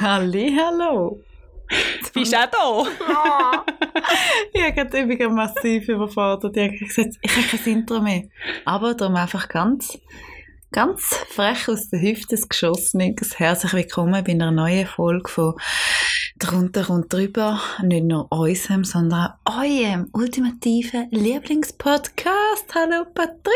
Hallo. Bist du auch da? ich habe gerade übrigens massiv überfordert. Ich habe gesagt, ich habe kein Intro mehr. Aber darum einfach ganz, ganz frech aus der Hüfte das Geschossenes. Herzlich willkommen bei einer neuen Folge von Drunter und drüber. Nicht nur unserem, sondern eurem ultimativen Lieblingspodcast. Hallo Patricia!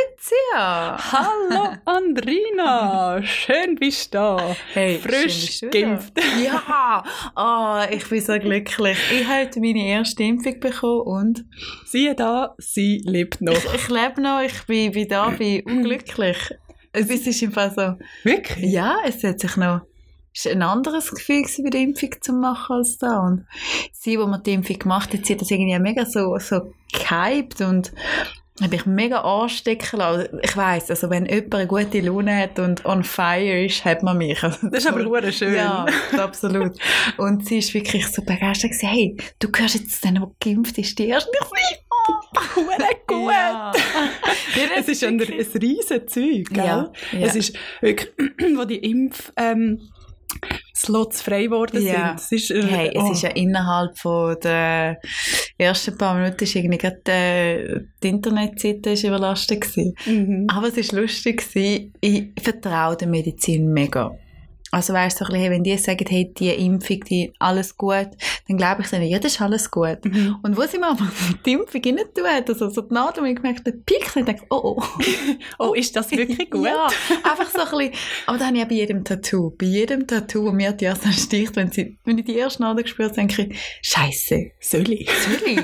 da? Hallo Andrina, schön bist du da. Hey, Frisch schön bist du geimpft. da. Ja, Ah, ich bin so glücklich. Ich habe heute meine erste Impfung bekommen und Siehe da, sie lebt noch. ich lebe noch, ich bin, bin da, bin glücklich. Es ist im Fall so, Wirklich? ja, es hat sich noch es war ein anderes Gefühl gewesen, bei der Impfung zu machen als da. Und sie, wo man die Impfung gemacht hat, sie hat das irgendwie mega so, so gehypt und habe mich mega anstecken lassen. Ich weiss, also wenn jemand eine gute Laune hat und on fire ist, hat man mich. Also, Das ist aber hure schön. ja, absolut. Und sie ist wirklich so begeistert. gewesen, Hey, du gehörst jetzt zu denen, die geimpft ist, die erste. Ich oh, Hure gut. Ja. Es ist ein, ein riesen Zeug, gell? Ja, ja. Es ist wirklich, wo die Impf... Ähm, Slots frei geworden Ja. sind. Es ist, äh, Hey, es oh. ist ja innerhalb von der ersten paar Minuten ist irgendwie gerade äh, die Internetseite ist überlastet gewesen. Mhm. Aber es war lustig, gewesen. ich vertraue der Medizin mega. Also weißt du, so ein bisschen, hey, wenn die sagen, hey, die Impfung, die alles gut, dann glaube ich denen, ja, das ist alles gut. Mhm. Und wo sie mir aber die Impfung rein tun, also so die Nadel, und ich gemerkt, der Pik, ich dachte, oh, oh. Oh, ist das wirklich gut? Ja, einfach so ein bisschen. Aber das habe ich auch bei jedem Tattoo. Bei jedem Tattoo, wo mir die erste sticht, wenn, sie, wenn ich die erste Nadel gespürt habe, denke ich, Scheiße, Soll ich? Zürich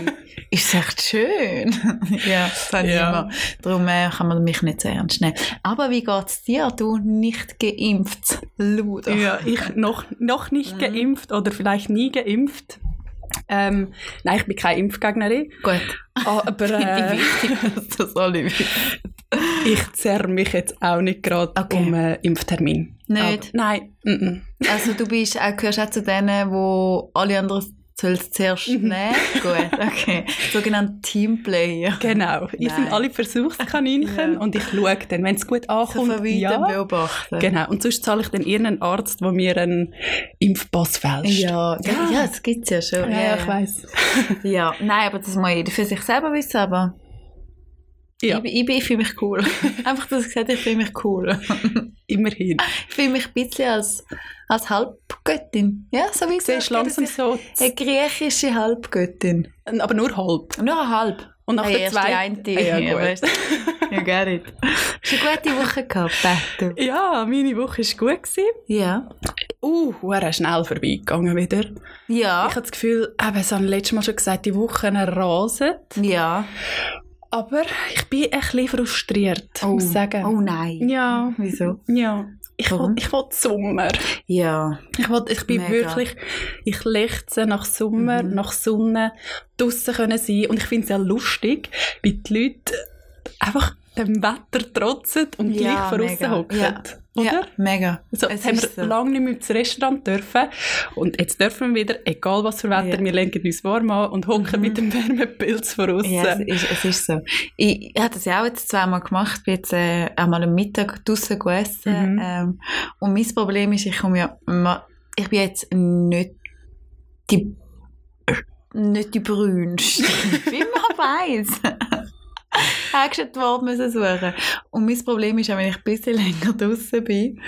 ist echt schön. ja, das habe ich Ja. immer. Darum äh, kann man mich nicht so ernst nehmen. Aber wie geht es dir, du nicht geimpft Luder? Ja, ich noch, noch nicht Mhm. geimpft oder vielleicht nie geimpft. Ähm, nein, ich bin keine Impfgegnerin, Gut, aber finde äh, ich wichtig, dass das alle wissen. ich zerre mich jetzt auch nicht gerade Okay. um einen Impftermin. Nicht? Aber, nein, mhm. Also du bist auch, gehörst auch zu denen, wo alle anderen sollst zuerst Mhm. nehmen. Gut, okay. Sogenannte Teamplayer. genau. Ihr sind Nein. alle Versuchskaninchen Ja. und ich schaue dann, wenn es gut So ankommt, von weitem ja. beobachten. Genau, und sonst zahle ich dann irgendeinen Arzt, der mir einen Impfpass fälscht. Ja, ja, ja, das gibt es ja schon. ja, ich weiss. ja, nein, aber das muss jeder für sich selber wissen, aber Ja. ich, bin- ich, bin- ich fühle mich cool. Einfach, dass ich gesagt habe, ich fühle mich cool. Immerhin. Ich fühle mich ein bisschen als, als Halbgöttin. Ja, so wie es Siehst du jeder langsam sich- so, Eine griechische Halbgöttin. aber nur halb. Nur eine halb. Und nach Hey, der Ah, erst zweiten... Ah, die Ja, eine, ja, gut. weißt du. You get it. Hast du eine gute Woche gehabt, Beto? Ja, meine Woche war gut. Gewesen. Ja. Uh, hure schnell vorbeigegangen wieder. Ja. Ich habe das Gefühl, eben, das habe ich letztes Mal schon gesagt, die Wochen rasen. ja. Aber ich bin ein bisschen frustriert, muss ich sagen. oh nein. Ja, Wieso? ja. Ich Warum? will, ich will Sommer. Ja. Ich, will, ich bin Mega. wirklich, ich lechze nach Sommer, Mhm. nach Sonne, draussen können sein. Und ich finde es ja lustig, wie die Leute einfach dem Wetter trotzen und Ja, gleich von mega. außen hocken. Ja. Oder? Ja, mega. So, Es jetzt Also, haben wir ist so. lange nicht mehr ins Restaurant dürfen. Und jetzt dürfen wir wieder, egal was für Wetter, Ja. Mhm. wir lenken uns warm an und hocken mit dem Wärmepilz von außen. Ja, es ist, es ist so. Ich, ich habe das ja auch jetzt zweimal gemacht, bin jetzt äh, einmal am Mittag draußen gegessen. Mhm. Ähm, und mein Problem ist, ich komme ja, ma- ich bin jetzt nicht die, nicht die brünste, wie man weiß. Hättest du Wort müssen suchen. Und mein Problem ist, auch wenn ich ein bisschen länger draußen bin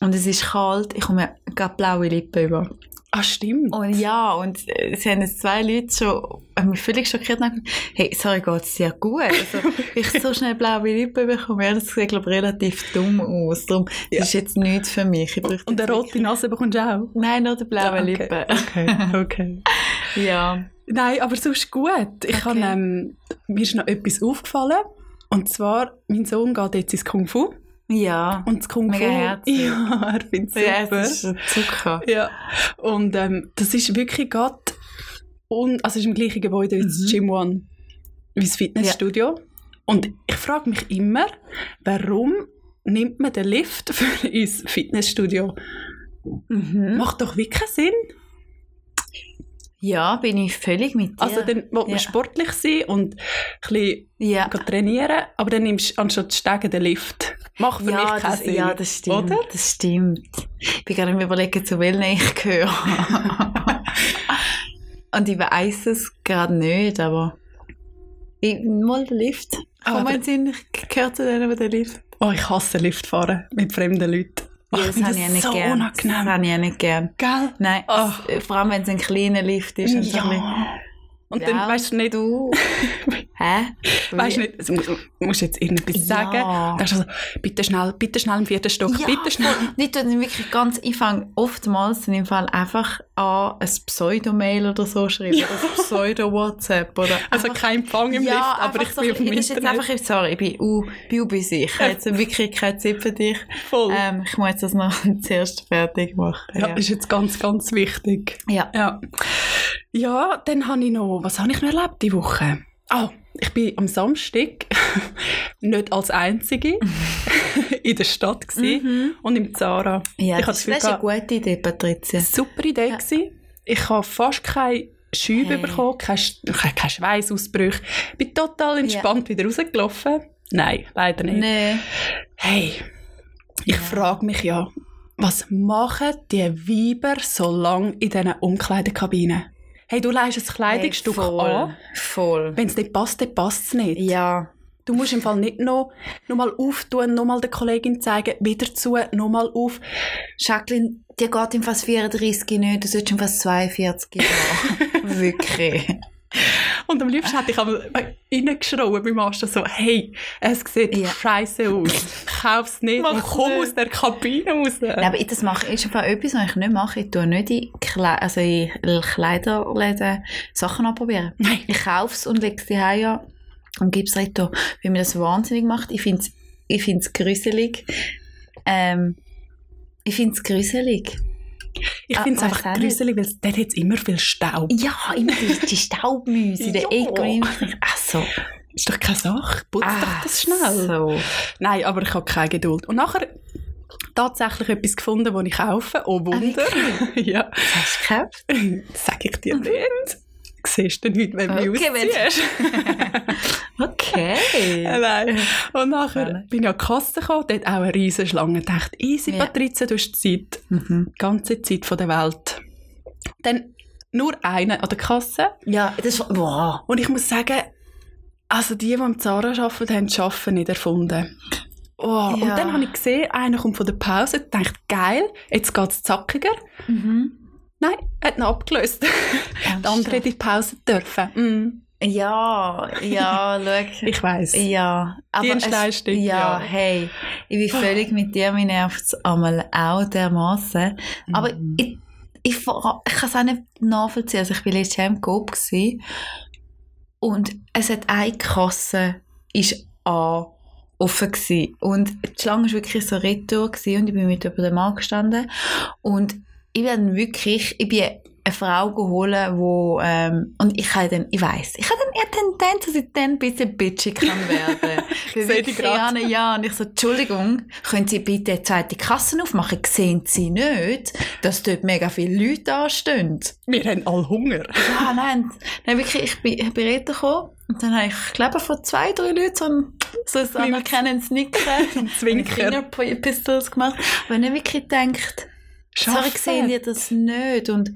und es ist kalt, ich komme ja gerade blaue Lippen über. Ah, stimmt. Und ja, und äh, es haben jetzt zwei Leute schon, haben mich völlig schockiert und gesagt, hey, sorry, geht's dir gut? Also, ich so schnell blaue Lippen bekomme, ja, das sieht, glaube ich, relativ dumm aus. Darum, Ja. das ist jetzt nichts für mich. Ich bräuchte und eine jetzt rote wirklich- Nase bekommst du auch. Nein, nur die blauen Okay. Lippen. Okay, okay. Ja. Nein, aber sonst gut. Ich Okay. habe, ähm, mir ist noch etwas aufgefallen. Und zwar, mein Sohn geht jetzt ins Kung Fu. Ja. Und das Kung Fu. Mega herzig. Ja, er findet Ja, super. es ist ein Zucker. Ja, und ähm, das ist wirklich gerade, und, also es ist im gleichen Gebäude wie das Mhm. Gym One, wie das Fitnessstudio. Und ich frage mich immer, warum nimmt man den Lift für ins Fitnessstudio? Mhm. Macht doch wirklich keinen Sinn. Ja, bin ich völlig mit dir. Also dann will man Ja. sportlich sein und ein bisschen ja. gehen trainieren, aber dann nimmst du anstatt zu steigen den Lift. Macht für mich keinen das, Sinn. ja, das stimmt. Oder? Das stimmt. Ich bin gerade am überlegen, zu welchen ich gehöre. Und ich weiß es gerade nicht, aber ich, mal der Lift. Aber- Komm mal in den Sinn, ich gehöre zu denen, die den Lift. Oh, ich hasse Liftfahren mit fremden Leuten. Ja, Ach, das Oh. ich habe finde ich ja nicht so gern. Das unangenehm. habe ich ja nicht gern. Gell? Nein, Ach. es- äh, vor allem wenn es ein kleiner Lift ist. Und so ein bisschen- Ja. Und dann Ja. weißt du nicht, du Hä? weißt nicht, es muss- musst jetzt irgendetwas Ja. sagen. Dann denkst du so, bitte schnell, bitte schnell im vierten Stock, Ja, bitte schnell. voll. Nicht, wenn ich wirklich ganz, ich fange oftmals in dem Fall einfach an, ein Pseudo-Mail oder so schreiben, oder ein Pseudo-WhatsApp oder Also kein Empfang im Lift, aber einfach ich so bin ein auf dem bisschen- das ist jetzt Internet. einfach, sorry, ich bin u, bin u busy. Ich habe jetzt wirklich keine Zeit für dich. voll. Ähm, ich muss jetzt das noch zuerst fertig machen. ja, Ja, ist jetzt ganz, ganz wichtig. ja. Ja. Ja, dann habe ich noch, was habe ich noch erlebt die Woche? Ah, ich bin am Samstag nicht als Einzige in der Stadt gewesen und im Zara. Mhm. ja ich habe das, ist- das das ist eine Gefühl, gute Idee, Patricia. das war eine super Idee. Ja. Gewesen. Ich habe fast keine Schübe Hey. bekommen, keine, Sch- keine keine Schweißausbrüche. Bin total entspannt wieder rausgelaufen. Nein, leider nicht. Nein. Hey, ich Ja. frage mich ja, was machen die Weiber so lange in diesen Umkleidekabinen? Hey, du leihst ein Kleidungsstück voll, an. Voll. Wenn es nicht passt, dann passt es nicht. Ja. Du musst im Fall nicht noch, noch mal auftun, noch mal der Kollegin zeigen, wieder zu, noch mal auf. Jacqueline, dir geht im fast 34 nicht, du solltest im fast 42 haben. Wirklich. Und am liebsten hätte ich einmal reingeschrauben beim Master so, hey, es sieht Ja. scheiße aus. Kauf's nicht und Mach's komm nicht. aus der Kabine raus. Nein, aber ich das mache, ist einfach etwas, was ich nicht mache. Ich tue nicht in, Kle also in Kleiderläden Sachen anprobieren. Nein. Ich kaufe es und lege es daheim an und gebe es retour. Wie mir das wahnsinnig macht. Ich finde es ich find's gruselig. Ähm, ich finde es gruselig. Ich Ah, finde es weiss einfach auch nicht. gruselig, weil es dort jetzt immer viel Staub. Ja, immer die, die Staubmäuse, der Ja. Ego. und ich denke, Ach so. Ist doch keine Sache. Putz doch ach das schnell. Ah, So. Nein, aber ich habe keine Geduld. Und nachher tatsächlich etwas gefunden, das ich kaufe. Oh Ah, Wunder. ja, Das hast du gehabt? sag ich dir nicht. Siehst du nicht, wenn du Okay, okay, wenn- ausziehst. Okay. Äh, Nein. Und nachher Spannend. bin ich an die Kasse gekommen, dort auch eine riesige Schlange. Ich dachte, easy, Ja. Patrizia, du hast Zeit. mhm. Die ganze Zeit von der Welt. Dann nur eine an der Kasse. Ja, das war. Wow. Und ich muss sagen, also die, die im Zara arbeiten, haben das Arbeiten nicht erfunden. Oh, Und Ja. dann habe ich gesehen, einer kommt von der Pause und dachte, geil, jetzt geht es zackiger. Mhm. Nein, hat ihn abgelöst. Die anderen hätten in die Pause dürfen. Mm, Ja, ja, schau. ich weiss. Mhm. Ja, Dienstleistung, Es, ja, ja. hey, ich bin völlig mit dir, mir nervt es einmal auch dermassen. Aber ich, ich, ver- ich kann es auch nicht nachvollziehen. Also ich war letztes Jahr im Coop gewesen und es hat eine Kasse ist an offen gewesen. und die Schlange war wirklich so retour gewesen und ich bin mit über den Mann gestanden und ich bin wirklich, ich bin eine Frau geholt, wo ähm, und ich habe dann, ich weiß, ich habe dann eher Tendenz, dass ich dann ein bisschen bitchy kann werden. ich sehe dich grad. Ja, und ich so, Entschuldigung, können Sie bitte die zweite Kasse aufmachen? Sehen Sie nicht, dass dort mega viele Leute anstehen? Wir haben alle Hunger. Ja, Ah, nein, nein wirklich, ich bin, ich bin retour gekommen und dann habe ich, ich glaube von zwei, drei Leuten so ein, so ein Kleines- anerkennendes Nicken Ein mit Zwinker. Fingerpistols gemacht, wenn ich wirklich denkt, Sorry, Schaffen. sehen die das nicht. Und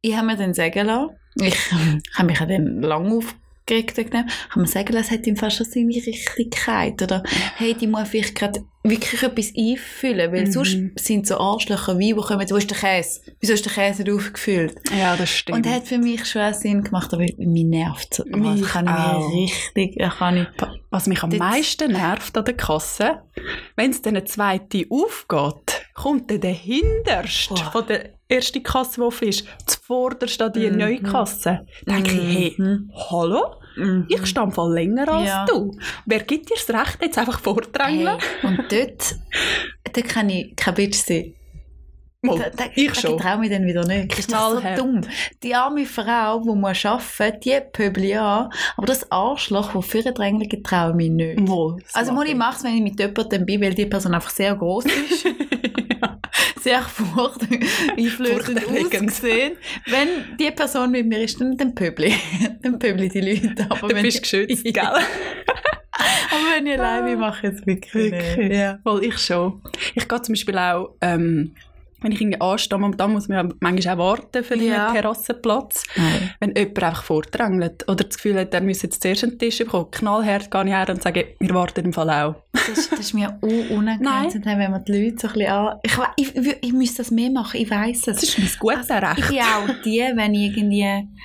ich habe mir dann sagen lassen, ich habe mich ja dann lange aufgeregt wegen dem, habe mir sagen lassen, es hat ihm fast schon seine Richtigkeit. Oder, hey, die muss vielleicht gerade wirklich etwas einfüllen, weil Mhm. sonst sind so Arschlöcher wie, die kommen, wo ist der Käse? Wieso ist der Käse nicht aufgefüllt? Ja, das stimmt. Und hat für mich schon auch Sinn gemacht, aber mich nervt es. Also Mich Ich kann auch. mich richtig, ich kann ich... Was mich am Dort- meisten nervt an der Kasse, wenn es dann eine zweite aufgeht, kommt dann der hinterste Oh. von der ersten Kasse, die offen ist, zuvorderst an die Mhm. neue Kasse. Denke ich, hey, Mhm. hallo? Mhm. Ich stehe am Fall länger als Ja. du. Wer gibt dir das Recht, jetzt einfach Hey, vordrängeln? und dort, dort kann ich kein Bitch sein. Mal, Da, da, Oh, ich da schon. traue mich dann wieder nicht. Das ist doch so Knallhart. dumm. Die arme Frau, die muss arbeiten, die pöbelt ja an. Aber das Arschloch, das für Drängel traue ich mich nicht. Mal, das also muss ich machen, wenn ich mit jemandem bin, weil die Person einfach sehr groß ist. sehr furchteinflößend Furchterregend. ausgesehen. Wenn die Person mit mir ist, dann, dann pöble ich. Dann pöble ich die Leute. Aber Du wenn bist geschützt, gell? Aber wenn ich allein bin, mache ich es Ah. wirklich, nicht. Wirklich? Ja. Weil ich schon. Ich gehe zum Beispiel auch, ähm, wenn ich irgendwie anstehe, momentan muss man ja manchmal auch warten für Ja. einen Terrassenplatz. Nein. Wenn jemand einfach vordrängelt oder das Gefühl hat, er müsse jetzt zuerst einen Tisch bekommen, knallhart gehe ich her und sage, wir warten im Fall auch. Das, ist- das ist mir auch unangenehm, Nein. zu nehmen, wenn man die Leute so ein bisschen an... Ich, we- ich, ich, ich müsste das mehr machen, ich weiss es. Das ist mein gutes Also, Ich Recht. bin auch die, wenn ich irgendwie einen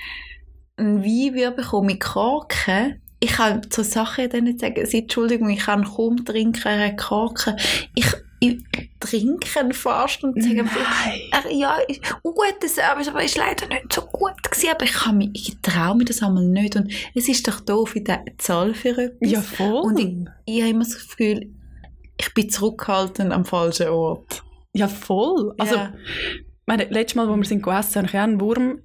Wein würde bekommen mit Korken, ich kann zu Sachen dann nicht sagen, sie, Entschuldigung, ich kann kaum trinken, er hat Korken. Ich, ich trinke ihn fast und sage, Nein. er, ja, ist ein guter Service, aber ist leider nicht so gut gewesen, aber ich, kann mich, ich traue mir das einmal nicht. Und es ist doch doof, ich zahle für etwas. Ja, voll. Und Ich habe immer das Gefühl, ich bin zurückhaltend am falschen Ort. ja, voll. Also, Ja. meine, letztes Mal, wo wir sind gegessen, habe ich auch einen Wurm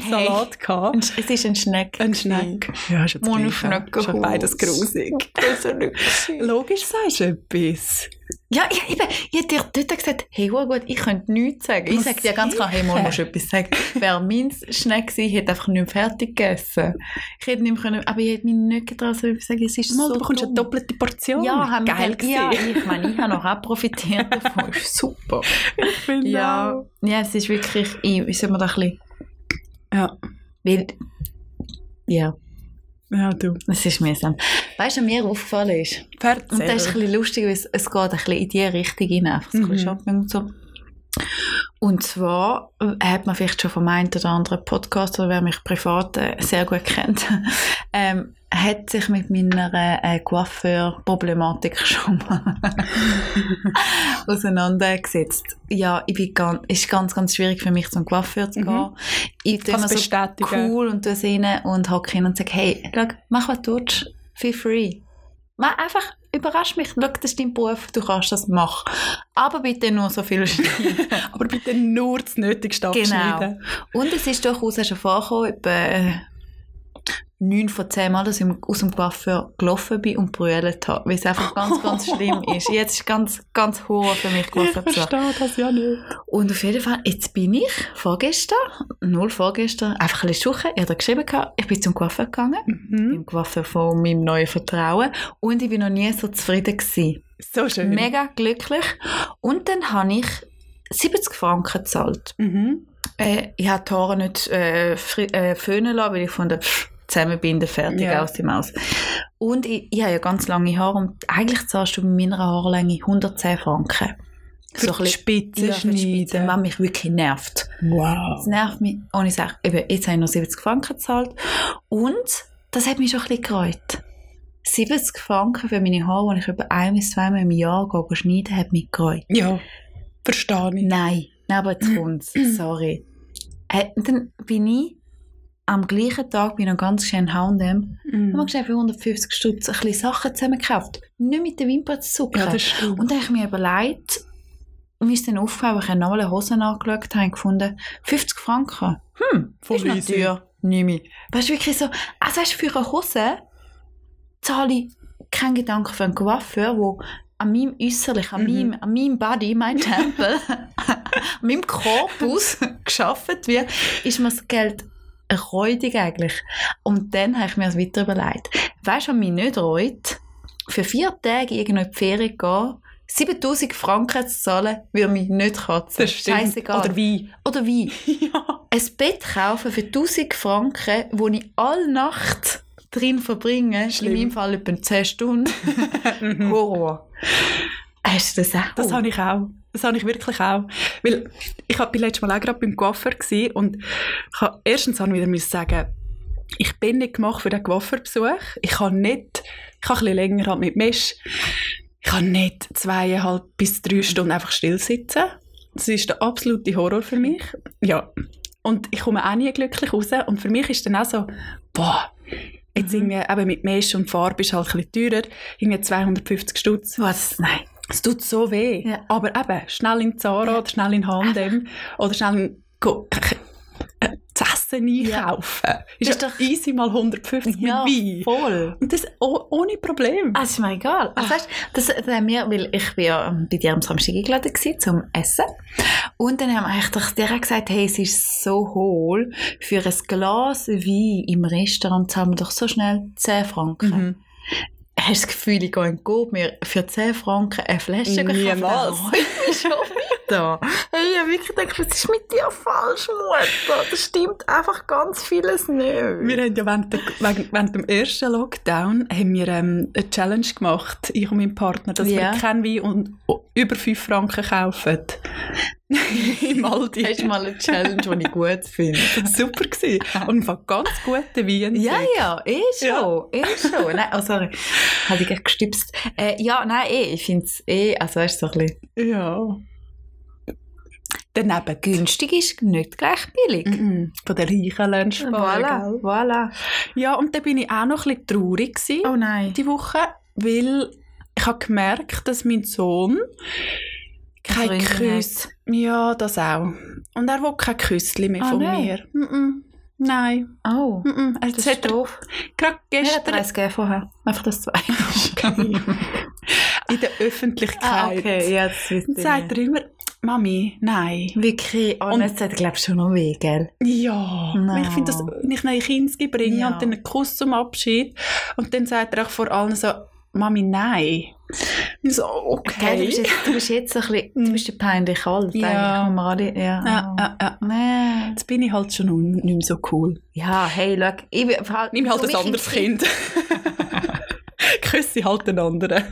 Hey. Salat gehabt. Und es ist ein Schneck. Ein Schneck. Ja, ist jetzt Mono gleich, ja. Schneckenhaus. Ist ja beides grusig. Das ist nicht Logisch sagst du etwas. Ja, ich, eben, ich hätte dir dort gesagt, hey, oh gut, ich könnte nichts sagen. Ich Was sage dir ganz klar, hey, Mom, musst du etwas sagen. Wäre mein Schneck gewesen, ich hätte einfach nicht mehr fertig gegessen. Ich hätte nicht mehr können, aber ich hätte mich nicht getraut, so etwas zu sagen. Es ist Mal, so du bekommst eine dumm. doppelte Portion. ja, haben wir- Geil Ja, gewesen. ich meine, ich habe noch auch profitiert davon. Ist super. Genau. Ja. ja, es ist wirklich, ich, wie soll man da ein bisschen, Ja. weil, ja, ja, du. es ist mühsam. Weißt du, was mir aufgefallen ist? Und Fertig. das ist ein bisschen lustig, weil es, es geht ein bisschen in die Richtung rein, einfach so ein Mhm. bisschen Shopping und so. Und zwar äh, hat man vielleicht schon vom einen oder anderen Podcast oder wer mich privat äh, sehr gut kennt, ähm, hat sich mit meiner äh, Coiffeur-Problematik schon mal auseinandergesetzt. Ja, ich bin ganz, es ist ganz, ganz schwierig für mich, zum Coiffeur zu Mhm. gehen. Ich tue Kannst immer so bestätigen. cool und tue es rein und hocke hin und sage, hey, schau, mach was du willst, feel free. Mach einfach, überrasch mich, schau, das ist dein Beruf, du kannst das machen. Aber bitte nur so viel schneiden. Aber bitte nur das Nötigste Genau. abschneiden. und es ist durchaus schon vorgekommen, etwa äh, neun von zehn Mal, dass ich aus dem Coiffeur gelaufen bin und brüllt habe, weil es einfach ganz, ganz schlimm ist. Jetzt ist ganz, ganz hoch für mich Ich Coiffeur zu machen. verstehe das ja nicht. Und auf jeden Fall, jetzt bin ich vorgestern, null vorgestern, einfach ein bisschen schuchen, ich habe geschrieben, gehabt, ich bin zum Coiffeur gegangen. Mhm. im Coiffeur von meinem neuen Vertrauen und ich war noch nie so zufrieden. Gewesen. So schön. Mega glücklich. Und dann habe ich 70 Franken gezahlt. Mhm. Äh, ich habe die Haare nicht äh, fri- äh, föhnen lassen, weil ich von der Zusammenbinden fertig Ja. aus dem Haus. Und ich, ich habe ja ganz lange Haare und eigentlich zahlst du mit meiner Haarlänge 110 Franken. Für ein die bisschen- Spitze ja, für die Spitze, schneiden. was mich wirklich nervt. Das Wow. nervt mich. Und ich sage, eben, jetzt habe ich noch 70 Franken gezahlt. Und das hat mich schon ein bisschen gereut. 70 Franken für meine Haare, die ich über ein bis zweimal im Jahr gehe schneiden hat mich gereut. Ja, verstehe ich. Nein, nein, aber jetzt kommt's. Sorry. Äh, und dann bin ich am gleichen Tag bei einem ganz schönen H&M mhm. Mhm. habe ich für 150 Stutz ein bisschen Sachen zusammengekauft. Nicht mit den Wimpern zu zucken. Ja, das stimmt. Und dann habe ich mir überlegt, mir ist dann aufgefallen, ich habe nochmal eine Hose angeschaut habe und gefunden, 50 Franken. Hm, Voll ist noch easy. teuer. Nehme ich. Weißt du, wirklich so, also weißt du, für eine Hose zahle ich keinen Gedanken für einen Coiffeur, wo an meinem Äußerlich, an, Mhm. meinem, an meinem Body, mein Tempel, an meinem Korpus geschaffen wird, ist mir das Geld räudig eigentlich. Und dann habe ich mir das weiter überlegt. Weißt du, was mich nicht reut? Für vier Tage irgendwo in die Ferien gehen, 7000 Franken zu zahlen, würde mich nicht kotzen. Das stimmt. Scheissegal. Oder wie? Oder wie? ja. Ein Bett kaufen für 1000 Franken, wo ich alle Nacht drin verbringe, Schlimm. in meinem Fall etwa 10 Stunden. Mhm. Horror. Hast du das auch? Das habe ich auch. Das habe ich wirklich auch. Weil ich war letztes Mal auch gerade beim Coiffeur gewesen und ich habe, erstens habe ich wieder müssen sagen, ich bin nicht gemacht für den Coiffeurbesuch. Ich kann nicht, ich kann ein bisschen länger halt mit Mesh. Ich kann nicht zweieinhalb bis drei Stunden einfach still sitzen. Das ist der absolute Horror für mich. Ja. Und ich komme auch nie glücklich raus. Und für mich ist dann auch so, boah, jetzt Mhm. irgendwie eben mit Mesh und Farbe ist halt ein bisschen teurer. Irgendwie 250 Stutz. Was? Nein. Es tut so weh. Ja. Aber eben, schnell in Zara oder schnell in Handem oder schnell in Go äh, zu essen Ja. einkaufen. Ist, Das ist ja doch- easy mal 150 Ja, mit Wein. Voll. Und das oh, ohne Problem. Ah, ist mir egal. Also, weißt, das, das haben wir, weil ich bin ja ähm, bei dir am Samstag eingeladen gewesen, zum Essen. Und dann haben wir eigentlich doch direkt gesagt, hey, es ist so hohl, für Mhm. ein Glas Wein im Restaurant zahlen wir doch so schnell 10 Franken. hast du das Gefühl, ich gehe in Coop mir für 10 Franken eine Flasche Niemals. kaufen? Niemals. schon wieder. Hey, ich habe wirklich gedacht, was ist mit dir falsch, Mutter? Das stimmt einfach ganz vieles nicht. Wir haben ja während, der, während während dem ersten Lockdown haben wir, ähm, eine Challenge gemacht, ich und mein Partner, dass Ja. wir kein Wein und oh, über 5 Franken kaufen. Im Aldi. Das ist mal eine Challenge, die ich gut finde. Super gewesen. Und im Fall ganz gute Wein. Ja, ja, eh schon, eh schon. Nein, oh, sorry, habe ich gerade gestüpst. Äh, ja, nein, eh, ich finde es eh, also weißt du, so ein bisschen ja. Daneben. günstig ist nicht gleich billig. Mhm. Von der reichen lernst du sparen, gell? voilà. Ja, und dann bin ich auch noch ein bisschen traurig gewesen. Oh nein. die Woche, weil ich habe gemerkt, dass mein Sohn kein Freundin Küss. hat. Ja, das auch. Und er will kein Küssli mehr Ah, von nein. mir. Mm -mm. Nein. Oh, Mm -mm. Also, das das hat ist er doof. gerade Ich hätte gestern eins gegeben vorher. Einfach das zwei. Ah, in der Öffentlichkeit. Ah, ja, das wisst Dann sagt er immer, Mami, nein. Wirklich, oh, Und- und es hat, glaube ich, schon noch weh, gell? Ja. No. Ich finde das, wenn ich neue Kinski bringe Ja. und dann einen Kuss zum Abschied. Und dann sagt er auch vor allen so, Mami, nein. Ich so, Gell, du, bist okay. Mm. jetzt, du bist jetzt so ein bisschen, du bist ja peinlich alt, Ja. eigentlich, kann man alle, ja. Ja, ja, ja. Nee. Jetzt bin ich halt schon un- nicht mehr so cool. Ja, hey, schau, ich bin halt... Nimm halt für mich ein anderes ist- Kind. Küsse halt den anderen.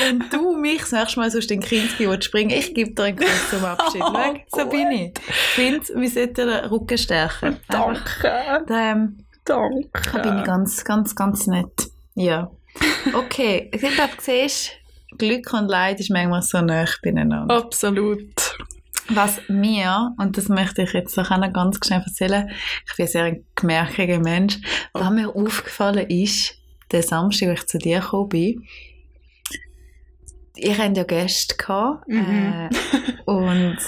Wenn du mich das nächste Mal sonst in Kinski willst springen ich gebe dir einen Kuss zum Abschied. Oh, Schau, so gut. bin ich. Ich finde, wir sollten den Rücken stärken. Einfach, Danke, Ähm, Da bin ich danke. ganz, ganz, ganz nett. Ja. Okay, ich glaube, du siehst, Glück und Leid ist manchmal so nah beieinander. Absolut. Was mir, und das möchte ich jetzt auch noch ganz schnell erzählen, ich bin sehr ein gemerkiger Mensch, was mir aufgefallen ist, den Samstag, als ich zu dir gekommen bin, ihr habt ja Gäste gehabt, Mhm. äh, und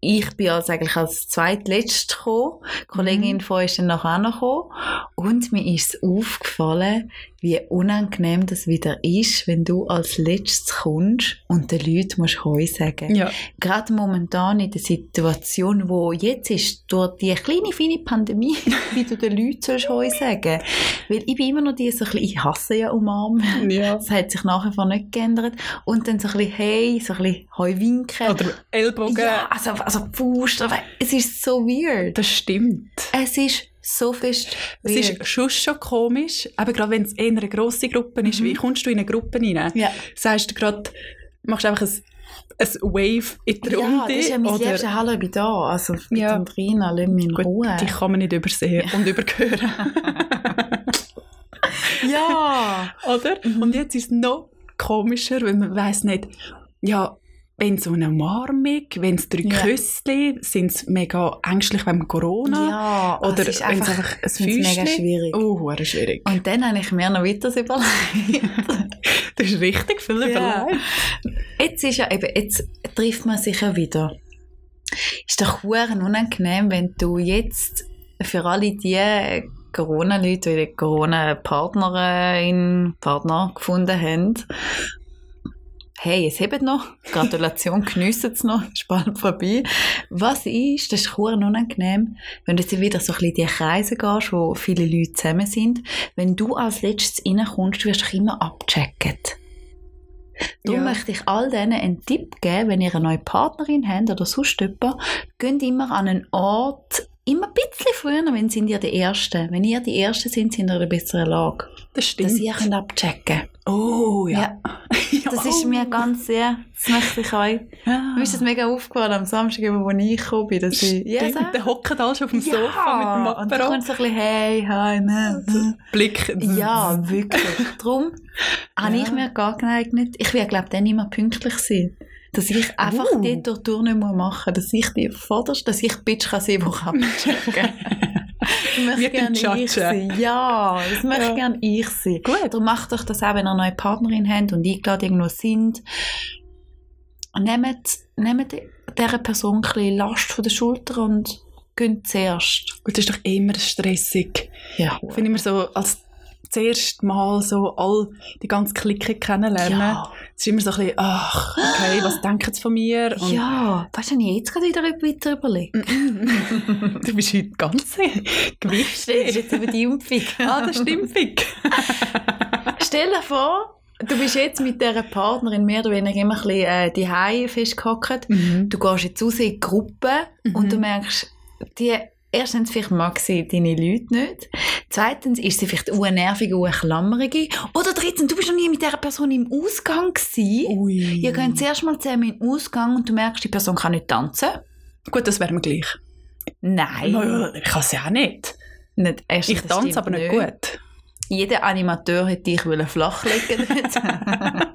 ich bin als eigentlich als zweitletzt gekommen. Die Kollegin Mhm. von uns ist dann nachher auch noch gekommen. Und mir ist es aufgefallen, wie unangenehm das wieder ist, wenn du als letztes kommst und den Leuten musst Heu sagen Ja. gerade momentan in der Situation, wo jetzt ist, durch die kleine, feine Pandemie, wie du den Leuten sollst heu sagen. Weil ich bin immer noch die, so ein bisschen, ich hasse ja umarmen. ja. Das hat sich nach wie vor nicht geändert. Und dann so ein bisschen, hey, so ein bisschen heu winken. Oder Ellbogen. ja, also, also Pfust, aber es ist so weird. Das stimmt. Es ist so fest Es weird. ist schon schon komisch, aber gerade wenn es eher eine grosse Gruppe ist, Mhm. wie kommst du in eine Gruppe rein? ja. Sagst du gerade, machst einfach ein, ein Wave in die ja, Runde? das ist ja mein oder- liebster Hallo, ich bin da. Also, Ja. ja. und Rina, lass mich in Gut, Ruhe. die kann man nicht übersehen und überhören. Ja! Oder? Mhm. Und jetzt ist es noch komischer, weil man weiß nicht, ja, wenn so eine Umarmung, wenn es drei Ja. Küssli, sind sie mega ängstlich wegen Corona. Ja, Also, Oder es ist wenn es einfach, einfach ein ich find's mega Füßchen- schwierig. Oh, hure schwierig. Und dann habe ich mir noch weiter überlegt. Das ist richtig viel Ja. überlegt. jetzt ist ja eben, jetzt trifft man sich ja wieder. Ist doch huren unangenehm, wenn du jetzt für alle die Corona-Leute, die Corona-Partnerin, Partner gefunden haben, hey, es hebt noch, Gratulation, geniessen es noch, ist bald vorbei. Was ist, das ist huren unangenehm, wenn du jetzt wieder so ein bisschen in die Kreise gehst, wo viele Leute zusammen sind, wenn du als letztes reinkommst, wirst du dich immer abgecheckt. Darum Ja. möchte ich all denen einen Tipp geben, wenn ihr eine neue Partnerin habt oder sonst jemand, geht immer an einen Ort, immer ein bisschen früher, wenn sind ihr die Ersten. Wenn ihr die Ersten sind, sind ihr in einer besseren Lage. Das Dass stimmt. ihr könnt abchecken oh, ja. Ja. Das ist mir ganz sehr, das möchte ich euch. Ja. Mir ist das mega aufgefallen am Samstag, eben, wo ich gekommen bin, dass ich... Stimmt, dann hocken alle schon auf dem ja, Sofa und mit dann dem Apparat. kommt so ein bisschen, hey, hi, ne, ne. Blick. Ja, wirklich. Darum habe Ja. ich mir gar geeignet, ich will, glaube dann immer pünktlich sein. Dass ich einfach Uh. die dort durch nicht mehr machen muss. Dass ich die vorderst, dass ich die Bitch kann sein, die kann checken. Das möchte Wir gerne judgen. ich sein. Ja, das möchte Ja. gerne ich sein. Gut. Darum macht euch das auch, wenn ihr eine neue Partnerin habt und eingeladen irgendwo sind. Nehmt, nehmt dieser Person ein bisschen Last von der Schulter und geht zuerst. Und das ist doch immer stressig. Ja. Ich finde immer so, als das erste Mal so all die ganze Clique kennenlernen. Ja. Es ist immer so ein bisschen, ach, okay, was denken sie von mir? Und ja, was habe ich jetzt gerade wieder weiter überlegt? Du bist heute ganz Das ist gewichtig. jetzt über die Impfung. ah, das stimmt. Fick. Stell dir vor, du bist jetzt mit dieser Partnerin mehr oder weniger immer ein bisschen äh, die Haie festgehockt. Mhm. Du gehst jetzt raus in die Gruppe und du merkst, die, erstens vielleicht mag sie deine Leute nicht. Zweitens ist sie vielleicht eine nervige, eine klammerige. Oder drittens, du bist noch nie mit dieser Person im Ausgang gewesen. Ui. Ihr geht zuerst mal zusammen in den Ausgang und du merkst, die Person kann nicht tanzen. Gut, das wäre mir gleich. Nein. Naja, Ich kann es ja auch nicht. Nicht, erstens, Ich das tanze stimmt aber nicht gut. Jeder Animateur hätte dich wollen flachlegen wollen.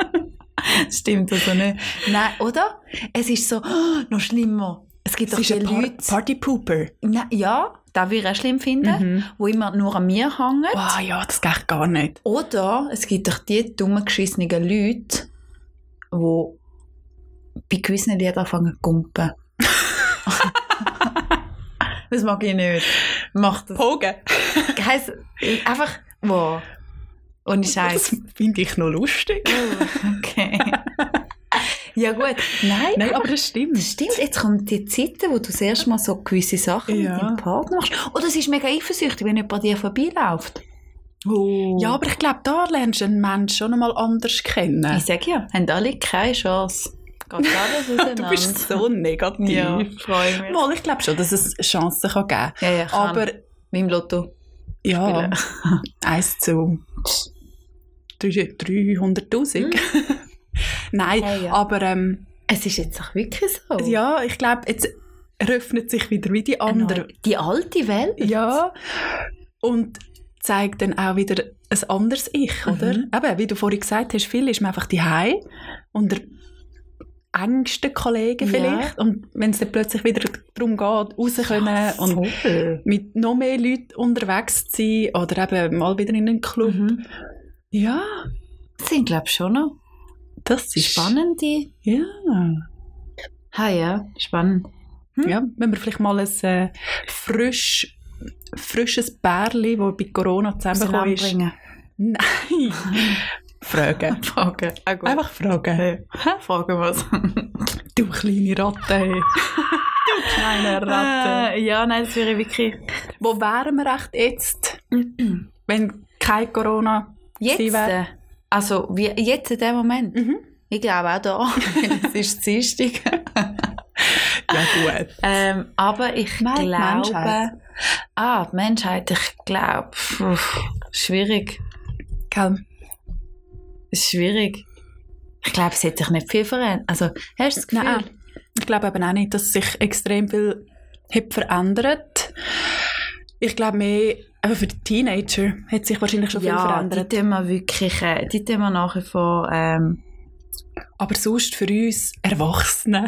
Stimmt also nicht. Nein, oder? Es ist so, oh, noch schlimmer. Es gibt Das doch ist die ein Par Leute, Partypooper. Na, ja, das würde ich auch schlimm Mhm. finden, wo immer nur an mir hängen. Wow, ja, das geht gar nicht. Oder es gibt doch die dummen, geschissenen Leute, die bei gewissen Liedern anfangen zu gumpen. das mag ich nicht. Mach das. Pogen. Heiss, einfach, wow. Ohne Scheiß. Das finde ich noch lustig. Okay. ja gut. Nein, Nein, aber das das stimmt. stimmt. Jetzt kommen die Zeiten, wo du das erste Mal so gewisse Sachen Ja. mit deinem Partner machst. Oder es ist mega eifersüchtig, wenn jemand an dir vorbeiläuft. Oh. Ja, Ja, aber ich glaube, da lernst du einen Menschen schon einmal anders aber kennen. ich sag ja, haben alle keine Chance. Geht alles auseinander. Du bist so negativ. ja, freue mich. Mal, ich glaube schon, dass es Chancen kann geben Ja, ja, kann. kann. Aber mit dem Lotto. ja, Spielen. eins zu drei- 300'000. Nein, Ja, Hm. ja. Oh. aber ähm, Es ist jetzt auch wirklich so. ja, ich glaube, jetzt eröffnet sich wieder wie die Eine andere neue- Die alte Welt. Ja. Und zeigt dann auch wieder ein anderes Ich, oder? Mhm. Eben, wie du vorhin gesagt hast, viel ist man einfach daheim unter engsten Kollegen Ja. vielleicht. Und wenn es dann plötzlich wieder darum geht, raus können und Voll. mit noch mehr Leuten unterwegs zu sein oder eben mal wieder in einen Club. Mhm. Ja, Das sind, glaube ich, schon noch das ist spannende. Ja. Ah ja, spannend. ja, wenn wir vielleicht mal ein äh, frisch, frisches Bärli, das bei Corona zusammengekommen ist, Zusammenbringen. nein, fragen. Fragen. Ah, gut. Einfach fragen. Hey, fragen was. Du kleine Ratte. hey. du kleine Ratte. Äh, ja, nein, das wäre wirklich. Eh, Wo wären wir echt jetzt, wenn kein Corona Jetzt? Sie wär- äh, Also, wie, jetzt in dem Moment. Mhm. Ich glaube auch da. weil es ist Dienstag. Ja gut. ähm, aber ich Nein, die glaube. Menschheit. Ah, die Menschheit, ich glaube. pff, Schwierig. Gell? Ist schwierig. Ich glaube, es hätte sich nicht viel verändert. Also, hast du das Gefühl? Nein, ah, ich glaube eben auch nicht, dass sich extrem viel hat verändert. Ich glaube mehr, aber für die Teenager hat sich wahrscheinlich schon viel ja, die verändert. tun wir wirklich, äh, die tun wir nach wie vor, ähm, Aber sonst für uns Erwachsene.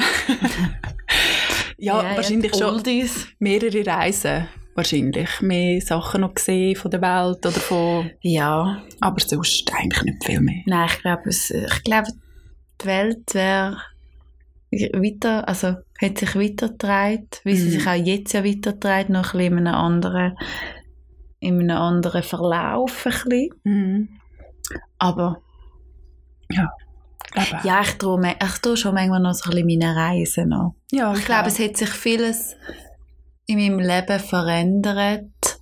ja, wahrscheinlich äh, die schon Oldies. mehrere Reisen. Wahrscheinlich. Mehr Sachen noch gesehen von der Welt oder von Ja, Aber sonst eigentlich nicht viel mehr. Nein, ich glaube, es- ich glaube, die Welt wäre weiter, also hat sich weitergetragen, wie sie Mhm. sich auch jetzt ja weitertreibt, noch ein bisschen in einem anderen, in einem anderen Verlauf ein bisschen. Mhm. Aber Eben. ja, ich traue ich trau schon manchmal noch so ein bisschen meine Reisen an. ja, Ich glaube, es hat sich vieles in meinem Leben verändert,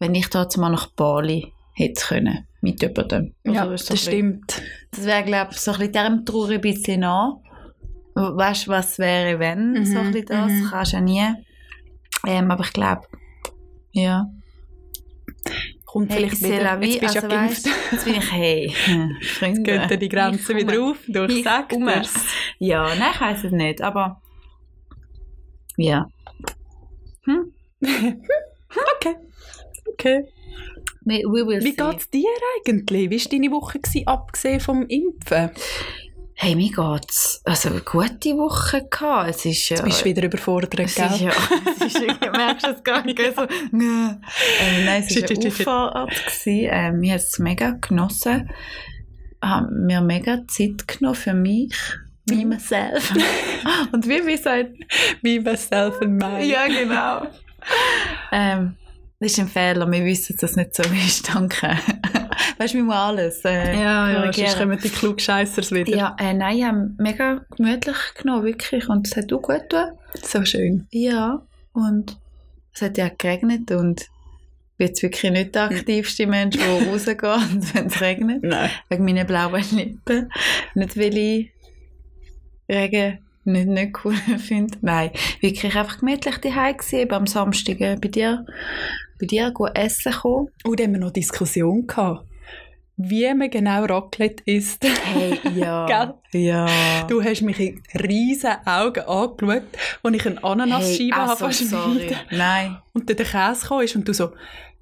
wenn ich dort mal nach Bali hätte können, mit jemandem. ja, Also, das ist so ein bisschen- stimmt. Das wäre, glaube ich, so ein bisschen dem Trauer ein bisschen nach. Weißt du, was wäre, wenn? Mhm, So ein bisschen das mhm. kannst du ja nie. Ähm, aber ich glaube, ja. Kommt Hey, vielleicht c'est la vie, wieder. Jetzt bist du also ja weißt, geimpft. jetzt bin ich, hey, Freunde. Geht dir die Grenze ich wieder komme. auf durch Ich komme. Sektors? Ja, nein, ich weiß es nicht, aber ja. Okay. Okay. We, we will Wie see. geht es dir eigentlich? Wie war deine Woche, gewesen, abgesehen vom Impfen? Hey, mir geht's. Also, eine gute Woche gehabt. Es ist ja... Du bist wieder überfordert, Es ist gell? ja, es ist, du merkst es gar nicht, gell, so, nö. ähm, nein, es Also, Shit, war shit, eine shit, shit. Auffahrt. gewesen. Ähm, ich habe es mega genossen. Haben mir mega Zeit genommen für mich, Mhm. me, myself. Und wie wir sagt, Wie myself and mine. ja, genau. Ähm, das ist ein Fehler, wir wissen, dass das nicht so ist, danke. weißt du, wir müssen alles. Äh, Ja, ja, korrigieren. sonst kommen die Klugscheissers wieder. Ja, äh, nein, ich habe mega gemütlich genommen, wirklich. Und es hat auch gut getan. So schön. Ja, und es hat ja geregnet und ich bin jetzt wirklich nicht Hm. der aktivste Mensch, der rausgeht, wenn es regnet. Nein. wegen meinen blauen Lippen. Nicht, weil ich Regen nicht, nicht cool finde. Nein, wirklich einfach gemütlich daheim gsi. Ich bin am Samstag äh, bei dir, bei dir go essen gekommen. Und dann haben wir noch Diskussion gehabt, wie man genau Raclette isst. Hey, ja. Gell? Ja. Du hast mich in riesen Augen angeschaut, als ich eine Ananasscheibe habe also, sorry. verschmieden Nein, und dann der Käse gekommen ist und du so,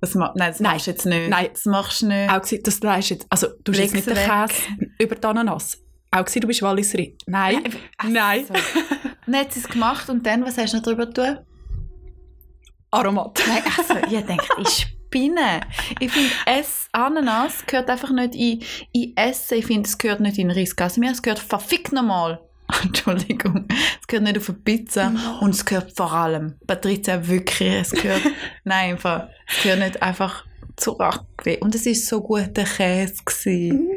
das, ma nein, das Nein. machst du jetzt nicht. Nein. Das machst du nicht. auch gewesen, das leist jetzt, also du hast jetzt Leg's nicht den weg. Käse über die Ananas. Auch gewesen, du bist Walliserin. Nein, nein, So. Dann hat sie es gemacht und dann, was hast du noch drüber getan? Aromat. Nein, also, ich denke, ich spinne. Ich finde, Ess Ananas gehört einfach nicht in, in Essen. Ich finde, es gehört nicht in Reis. Also mir, es gehört verfickt nochmal. Entschuldigung. Es gehört nicht auf eine Pizza. Und es gehört vor allem, Patrizia, wirklich, es gehört, nein, im Fall, es gehört nicht einfach zu Raclette. Und es war so guter Käse. Gewesen.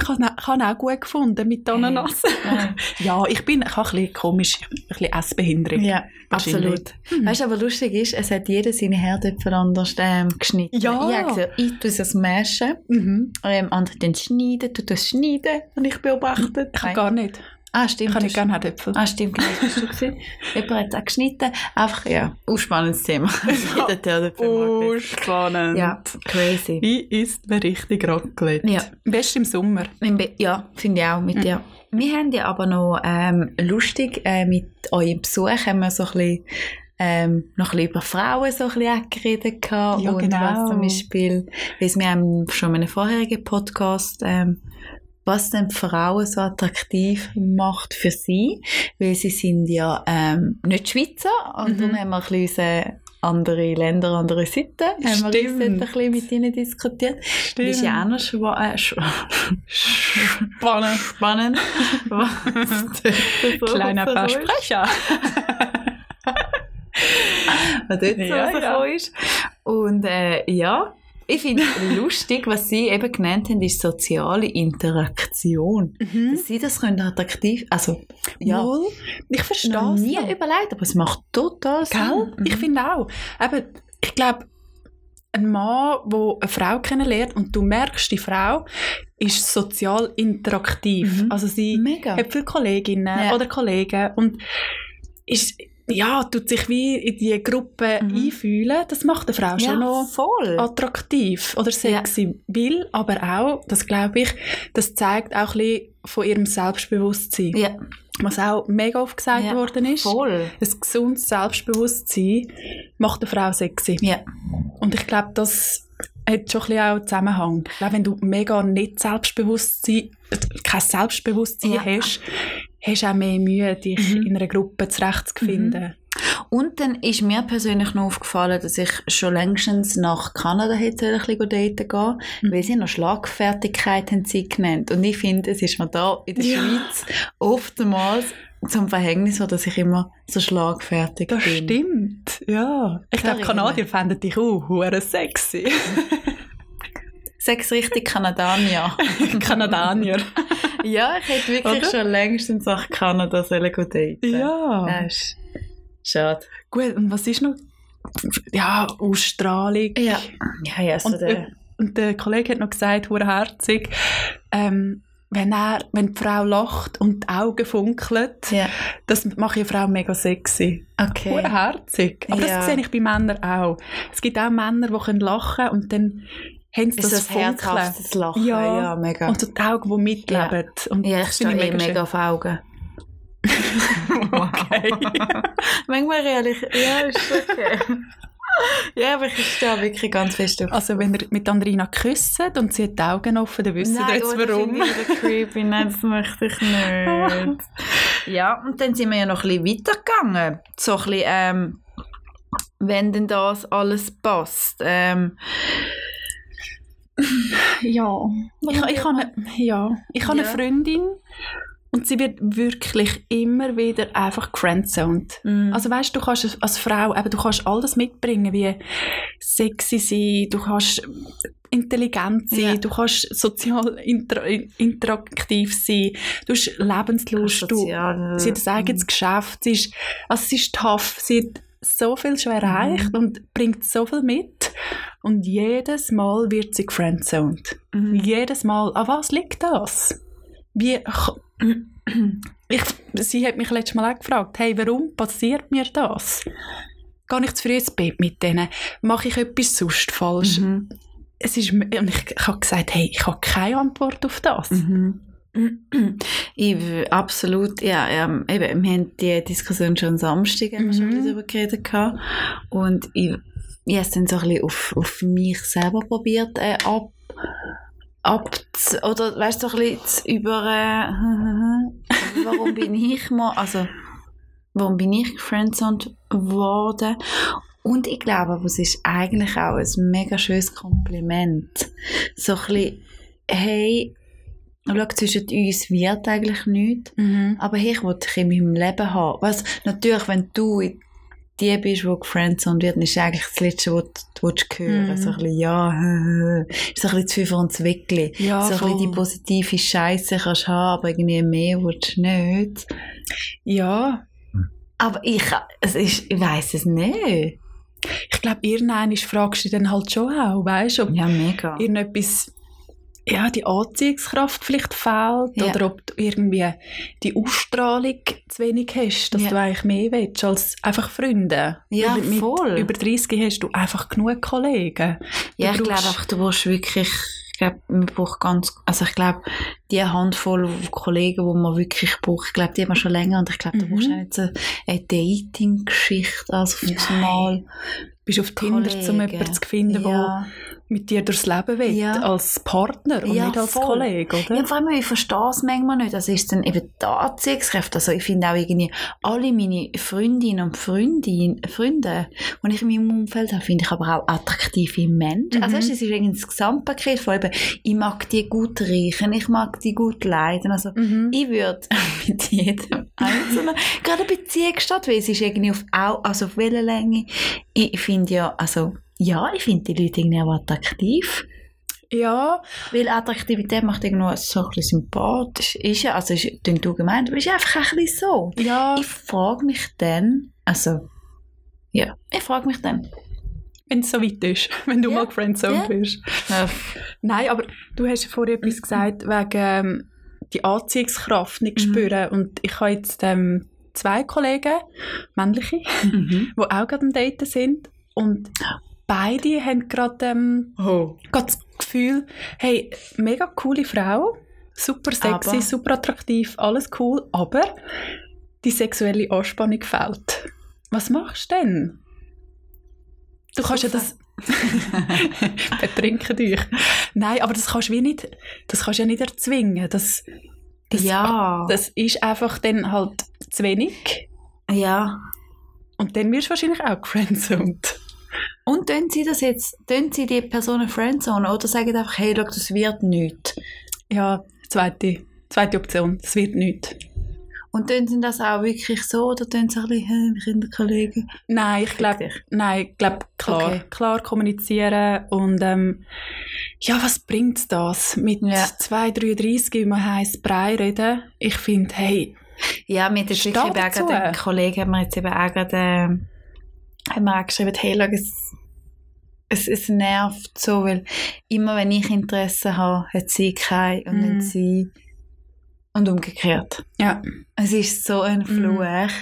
Ich habe ihn- ich habe ihn auch gut gefunden mit der Ananas. Nein. Ja, ich bin ich habe ein bisschen komisch, ein bisschen Essbehinderung. Ja, Wahrscheinlich. absolut. Mhm. Weißt du, aber lustig ist, es hat jeder seine Herdöpfel anders ähm, geschnitten. Ja. Ich habe gesagt, ich tue es mashen. Mhm. Ähm, andere dann schneiden, du tust schneiden, habe ich beobachtet. Ich Nein. kann gar nicht. ah, Ich stimmt. kann du nicht gerne Herdöpfel. Ah, stimmt, genau, das hast du gesehen. Jemand hat auch geschnitten. Einfach, ja, ausspannendes Thema. Jeder der dafür mag Oh, ist. spannend. Ja, crazy. Wie isst man richtig Raclette? Ja. Am besten im Sommer. Im Be- Ja, finde ich auch Mhm. mit dir. Wir haben ja aber noch ähm, lustig äh, mit eurem Besuch haben wir so ein bisschen, ähm, noch ein bisschen über Frauen so ein bisschen auch geredet gehabt Ja, und genau. was zum Beispiel, weil wir haben schon in einem vorherigen Podcast ähm, was denn Frauen so attraktiv macht für sie, weil sie sind ja ähm, nicht Schweizer und Mhm. darum haben wir ein bisschen unsere andere Länder, andere Seiten, haben wir uns dort ein Stimmt. bisschen mit ihnen diskutiert. Das Stimmt. ist ja auch noch schwa- äh, schwa- Spannend. spannend. Was denn so Kleiner so ist. Versprecher. Was dort so Ja, rausgekommen ja. ist. Und äh, ja, ich finde lustig, was sie eben genannt haben, ist soziale Interaktion. Mhm. Dass sie das können attraktiv, also ja, Wohl, ich verstehe noch es nie Mhm. noch. überlegt, aber es macht total Gell? Sinn. Ich finde auch. Eben, ich glaube, ein Mann, der eine Frau kennenlernt und du merkst, die Frau ist sozial interaktiv. Mhm. Also sie Mega. hat viele Kolleginnen Ja. oder Kollegen und ist, ja, tut sich wie in die Gruppe Mhm. einfühlen. Das macht eine Frau ja, schon noch voll. attraktiv oder sexy will, aber auch, das glaube ich, das zeigt auch ein bisschen von ihrem Selbstbewusstsein, Ja, was auch mega oft gesagt Ja, worden ist. voll. Ein gesundes Selbstbewusstsein macht eine Frau sexy. Ja, Und ich glaube, das hat schon ein bisschen auch einen Zusammenhang. Ich glaube, wenn du mega nicht Selbstbewusstsein, kein Selbstbewusstsein Ja. hast, hast du auch mehr Mühe, dich Mhm. in einer Gruppe zurechtzufinden. Und dann ist mir persönlich noch aufgefallen, dass ich schon längstens nach Kanada hätte ein bisschen daten gehen Mhm. weil sie noch Schlagfertigkeit haben sie genannt. Und ich finde, es ist mir da in der Ja. Schweiz oftmals zum Verhängnis, so dass ich immer so schlagfertig Das bin. stimmt, ja. Ich glaube, Sorry, Kanadier genau. fänden dich auch hure sexy. Sechs richtig Kanadanier. Kanadier. ja, ich hätte wirklich Oder? schon längstens nach Kanada sollen gehen daten. Ja. Das ist schade. Gut, und was ist noch? Ja, Ausstrahlung. Ja. Ja, ja, so Und, der... äh, und der Kollege hat noch gesagt, hochherzig, ähm, wenn, er, wenn die Frau lacht und die Augen funkeln, Ja, das macht eine Frau mega sexy. okay. Hochherzig. Aber Ja. das sehe ich bei Männern auch. Es gibt auch Männer, die können lachen und dann haben sie Ist das das Funkeln. herzhaftes Lachen? Ja. ja mega. Und so die Augen, die mitleben. Und Ja, ich das finde stehe eh mega auf Augen. schön. Okay. Manchmal ehrlich, ja, ist okay. ja, aber ich stehe wirklich ganz fest auf. Also wenn ihr mit Andrina küsst und sie hat die Augen offen, dann wisst Nou, ihr jetzt warum. Das ist creepy, nein, das möchte ich nicht. ja, und dann sind wir ja noch ein bisschen weitergegangen. So ein bisschen, ähm, wenn denn das alles passt. Ähm, Ja. Ich, ich, habe, eine- ja. ich habe Ja. eine Freundin, Und sie wird wirklich immer wieder einfach grandzoned. Mhm. Also weißt du, du kannst als Frau, eben, du kannst alles mitbringen, wie sexy sein, du kannst intelligent sein, Ja. du kannst sozial inter interaktiv sein, du hast Lebenslust, du, Sozial- sie hat ein Mhm. eigenes Geschäft, sie ist, also sie ist tough, sie hat so viel schon erreicht Mhm. und bringt so viel mit und jedes Mal wird sie gefriendzoned. Mhm. Jedes Mal, an was liegt das? Wie, ch- ich, sie hat mich letztes Mal auch gefragt, hey, warum passiert mir das? Gehe ich zu früh ins Bett mit denen? Mache ich etwas sonst falsch? Mhm. Es ist, m- und ich, ich habe gesagt, hey, ich habe keine Antwort auf das. Mhm. Ich, w- absolut, ja. Ähm, eben, wir haben die Diskussion schon am Samstag haben wir schon Mhm. wieder darüber geredet. gehabt. Und ich, ich habe es dann so ein bisschen auf, auf mich selber probiert, äh, ab, ab zu, oder weißt du, so ein bisschen zu über, äh, warum bin ich mal, also, warum bin ich gefriendzoned worden? Und ich glaube, aber es ist eigentlich auch ein mega schönes Kompliment. So ein bisschen, hey, schau, zwischen uns wird eigentlich nichts, Mhm. aber hey, ich will dich in meinem Leben haben. Was, natürlich, wenn du die bist, die gefriendzoned wird, ist eigentlich das Letzte, was du was du hören Mhm. willst. So ein bisschen, ja, so ein bisschen zu viel für uns wirklich. Ja, so ein bisschen voll. die positive Scheiße kannst du haben, aber irgendwie mehr willst du nicht. ja, Aber ich, es ist, ich weiss es nicht. ich glaube, irgendwann ist- fragst du dich dann halt schon auch, weißt du, ob Ja, mega. irgendetwas, ja, die Anziehungskraft vielleicht fehlt Ja. oder ob du irgendwie die Ausstrahlung zu wenig hast, dass Ja. du eigentlich mehr willst als einfach Freunde. Ja, Weil mit voll. Über 30 hast du einfach genug Kollegen. Ja, Du ich glaube brauchst- einfach, du brauchst wirklich, ich glaube, man braucht ganz, also ich glaube, die Handvoll Kollegen, die man wirklich braucht, ich glaube, die haben wir schon länger und ich glaube, du Mhm. brauchst auch nicht so eine Dating-Geschichte, also auf das Nein. Mal. bist auf Tinder, um Kollegen. jemanden zu finden, der Ja. mit dir durchs Leben will, Ja. als Partner und Ja, nicht als voll. Kollege, oder? Ja, vor allem, ich verstehe es manchmal nicht. Also ist dann eben die Anziehungskraft. Also ich finde auch irgendwie alle meine Freundinnen und Freundin, Freunde, die ich in meinem Umfeld habe, finde ich aber auch attraktive Menschen. Mhm. Also weißt, du, es ist irgendwie das Gesamtpaket von eben, ich mag die gut riechen, ich mag die gut leiden. Also Mhm. ich würde mit jedem Einzelnen gerade eine Beziehung statt, weil es ist irgendwie auf, auch, also auf Wellenlänge. Ich finde ja, also ja, ich finde die Leute irgendwie auch attraktiv. Ja, Weil Attraktivität macht irgendwo so ein bisschen sympathisch. Ist ja, also ist, klingt du gemeint, aber ist einfach ein bisschen so. ja. Ich frage mich dann, also, ja, ich frage mich dann. wenn es so weit ist, wenn du Ja. mal Ja. gefriendzoned wirst. Nein, aber du hast ja vorher etwas gesagt, wegen ähm, die Anziehungskraft nicht Mhm. spüren. Und ich habe jetzt ähm, zwei Kollegen, männliche, Mhm. die auch gerade am Daten sind. Und beide haben gerade ähm, Oh. gerade das Gefühl, hey, mega coole Frau, super sexy, Aber- super attraktiv, alles cool, aber die sexuelle Anspannung fehlt. Was machst du denn? Du kannst ja das... Betrinken dich. Nein, aber das kannst du wie nicht, das kannst du ja nicht erzwingen. Das, das, ja. das ist einfach dann halt zu wenig. ja. Und dann wirst du wahrscheinlich auch gefriendzoned. Und tun sie das jetzt, tun sie die Personen Friendzone oder sagen einfach, hey, schau, das wird nichts. Ja, zweite, zweite Option. Es wird nichts. Und tun sie das auch wirklich so oder tun sie ein bisschen, hey, wir Kinderkollegen? Nein, ich glaube, dich. nein, ich glaub, klar, Okay. klar kommunizieren und ähm, ja, was bringt das mit Ja. 2, 33 über heiß Brei reden? Ich finde, hey, Ja, mit der Steh Schicke dazu. Berger, Kollegen, haben wir jetzt eben auch gerade, ähm, haben wir auch geschrieben, hey, schau, es, es, es nervt so, weil immer wenn ich Interesse habe, hat sie kein und dann Mhm. sie und umgekehrt. ja, Es ist so Mhm. ein Fluch.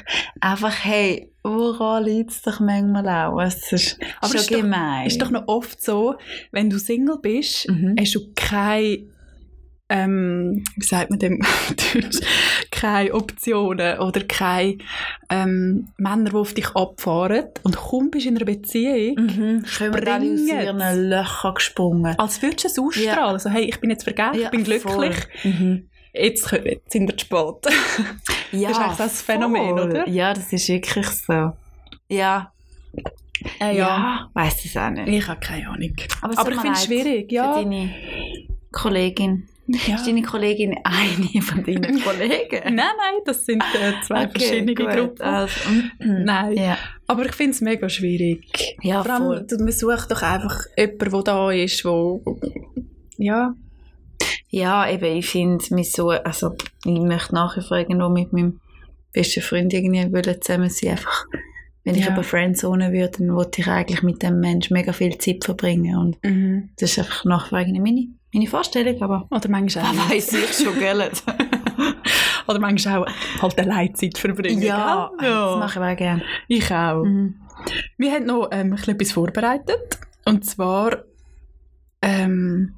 Einfach, hey, woran liegt es doch manchmal auch? Es ist Aber schon ist doch- gemein. ist doch noch oft so, wenn du Single bist, Mhm. hast du keine, ähm, wie sagt man dem auf Deutsch, keine Optionen oder keine ähm, Männer, die auf dich abfahren und kaum bist du in einer Beziehung, Mhm. Kommen alle aus Bringet's. ihren Löchern gesprungen. als würdest du es ausstrahlen. Ja. Also, hey, ich bin jetzt vergeben, ich bin glücklich. voll. Mhm. jetzt, kö- jetzt sind wir zu spät. Ja, Das ist eigentlich so ein Phänomen, oder? Ja, das ist wirklich so. Ja, Ah, Äh, weiß es auch nicht. Ich habe keine Ahnung. Aber es Aber tut ich mir finde es leid schwierig, ja. Für deine Kollegin. Ja. Ist deine Kollegin eine von deinen Kollegen? Nein, nein, das sind äh, zwei verschiedene gut, Gruppen. Also, mm, Nein. ja. Aber ich finde es mega schwierig. ja, Vor allem, Ah, voll. du- man sucht doch einfach jemanden, der da ist, wo ja, Ja, eben, ich finde mich so, also ich möchte nachher vor irgendwo mit meinem besten Freund irgendwie wollen zusammen sein, einfach wenn ich Ja. aber Friendzone würde, dann wollte ich eigentlich mit dem Menschen mega viel Zeit verbringen und das ist einfach nachher irgendwie meine, meine Vorstellung, aber Oder manchmal auch. nicht. Ah, weiß ich schon, gell? Oder manchmal auch halt eine Leitzeit verbringen. Ah, ja, Mhm. gell? das mache ich aber auch gerne. ich auch. Wir haben noch ähm, ein bisschen etwas vorbereitet. Und zwar, ähm,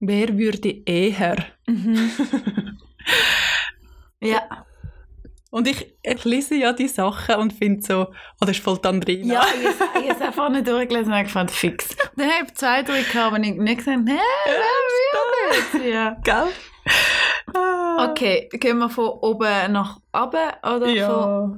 wer würde eher? Mhm. Ja, Und ich, ich lese ja die Sachen und finde so, oh, das ist voll Tandrina. ja ich, ich habe es einfach nicht durchgelesen und habe gefand, fix. Dann habe ich zwei, drei gehabt, die ich nicht gesagt habe, hä, wer will das? Ja. Gell? Ah. Okay, gehen wir von oben nach oben oder von... Ja.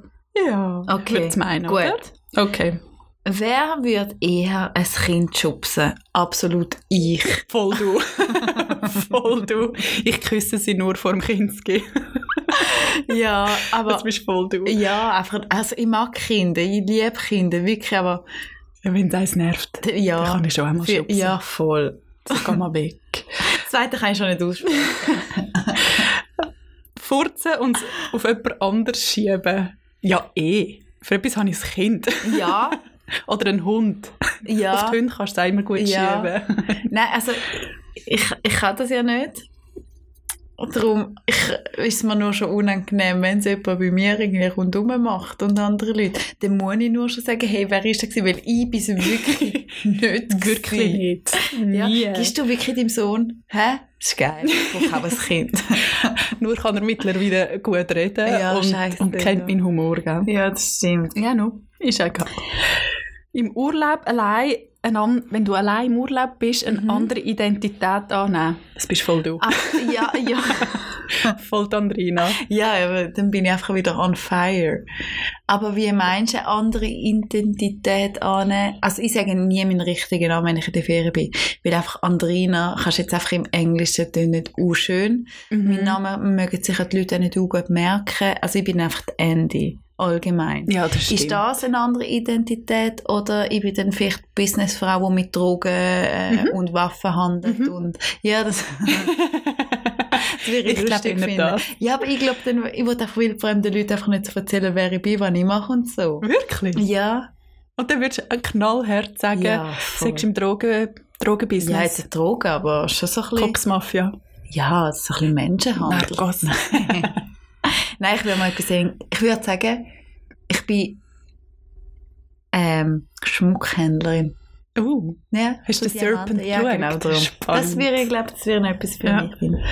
Ja. Okay, Würde es meinen, gut. Oder? Okay. Wer würde eher ein Kind schubsen? Absolut ich. Voll du. voll du. Ich küsse sie nur vor dem Kinski. Ja, Das aber... bist voll du. Ja, einfach, also ich mag Kinder, ich liebe Kinder, wirklich, aber Ja, wenn es eins nervt, ja. dann kann ich schon einmal Für- schubsen. Ja, voll. Dann geh mal weg. Das zweite kann ich schon nicht aussprechen. Furzen und auf jemand anders schieben. Ja, eh. Für etwas habe ich ein Kind. Ja, Oder einen Hund. Auf ja. die Hunde kannst du es immer gut Ja. schieben. Nein, also ich, ich kann das ja nicht. Und Darum ich, ist es mir nur schon unangenehm, wenn es jemand bei mir irgendwie rundherum macht und andere Leute. Dann muss ich nur schon sagen, hey, wer ist das gewesen? Weil ich bin es wirklich nicht Wirklich gewesen. nicht. Ja. Nie. Gibst du wirklich deinem Sohn? Hä? Das ist geil. Ich brauche auch ein Kind. Nur kann er mittlerweile gut reden Ja, und, scheisse, und kennt ja. meinen Humor. Gell? ja, das stimmt. Ja, no. Ist egal. Im Urlaub allein, ein an, wenn du allein im Urlaub bist, eine Mhm. andere Identität annehmen. Das bist voll du. Ach, Ah, ja, ja. Ah. Voll Tandrina. Ja, aber dann bin ich einfach wieder on fire. Aber wie meinst du eine andere Identität annehmen? Also ich sage nie meinen richtigen Namen, wenn ich in der Ferien bin. Weil einfach Andrina kannst du jetzt einfach im Englischen tun, nicht unschön. Mhm. Mein Name mögen sich die Leute auch nicht auch gut merken. Also ich bin einfach die Andy, allgemein. Ja, das stimmt. Ist das eine andere Identität oder ich bin dann vielleicht Businessfrau, die mit Drogen äh, Mhm. und Waffen handelt und ja, das, das würde ich, Ich glaub lustig eher finden. das. Ja, aber ich glaube, dann- ich würde auch wildfremden Leuten einfach nicht so erzählen, wer ich bin, was ich mache und so. Wirklich? Ja, Und dann würdest du einen Knallhart sagen, Mhm. Ja, voll. sagst du im Drogen, ja, Drogenbusiness, jetzt Drogen, aber schon so ein bisschen, Koksmafia, ja, so ein bisschen Menschenhandel. Narcos. Nein, ich würde mal etwas sagen. Ich würde sagen, ich bin ähm, Schmuckhändlerin. Uh, Ja, Hast so du den Serpent Diamanten. Ja, geschaut? genau darum. Spannend. Das wäre, ich glaube, das wäre etwas für Ja. mich. Finde.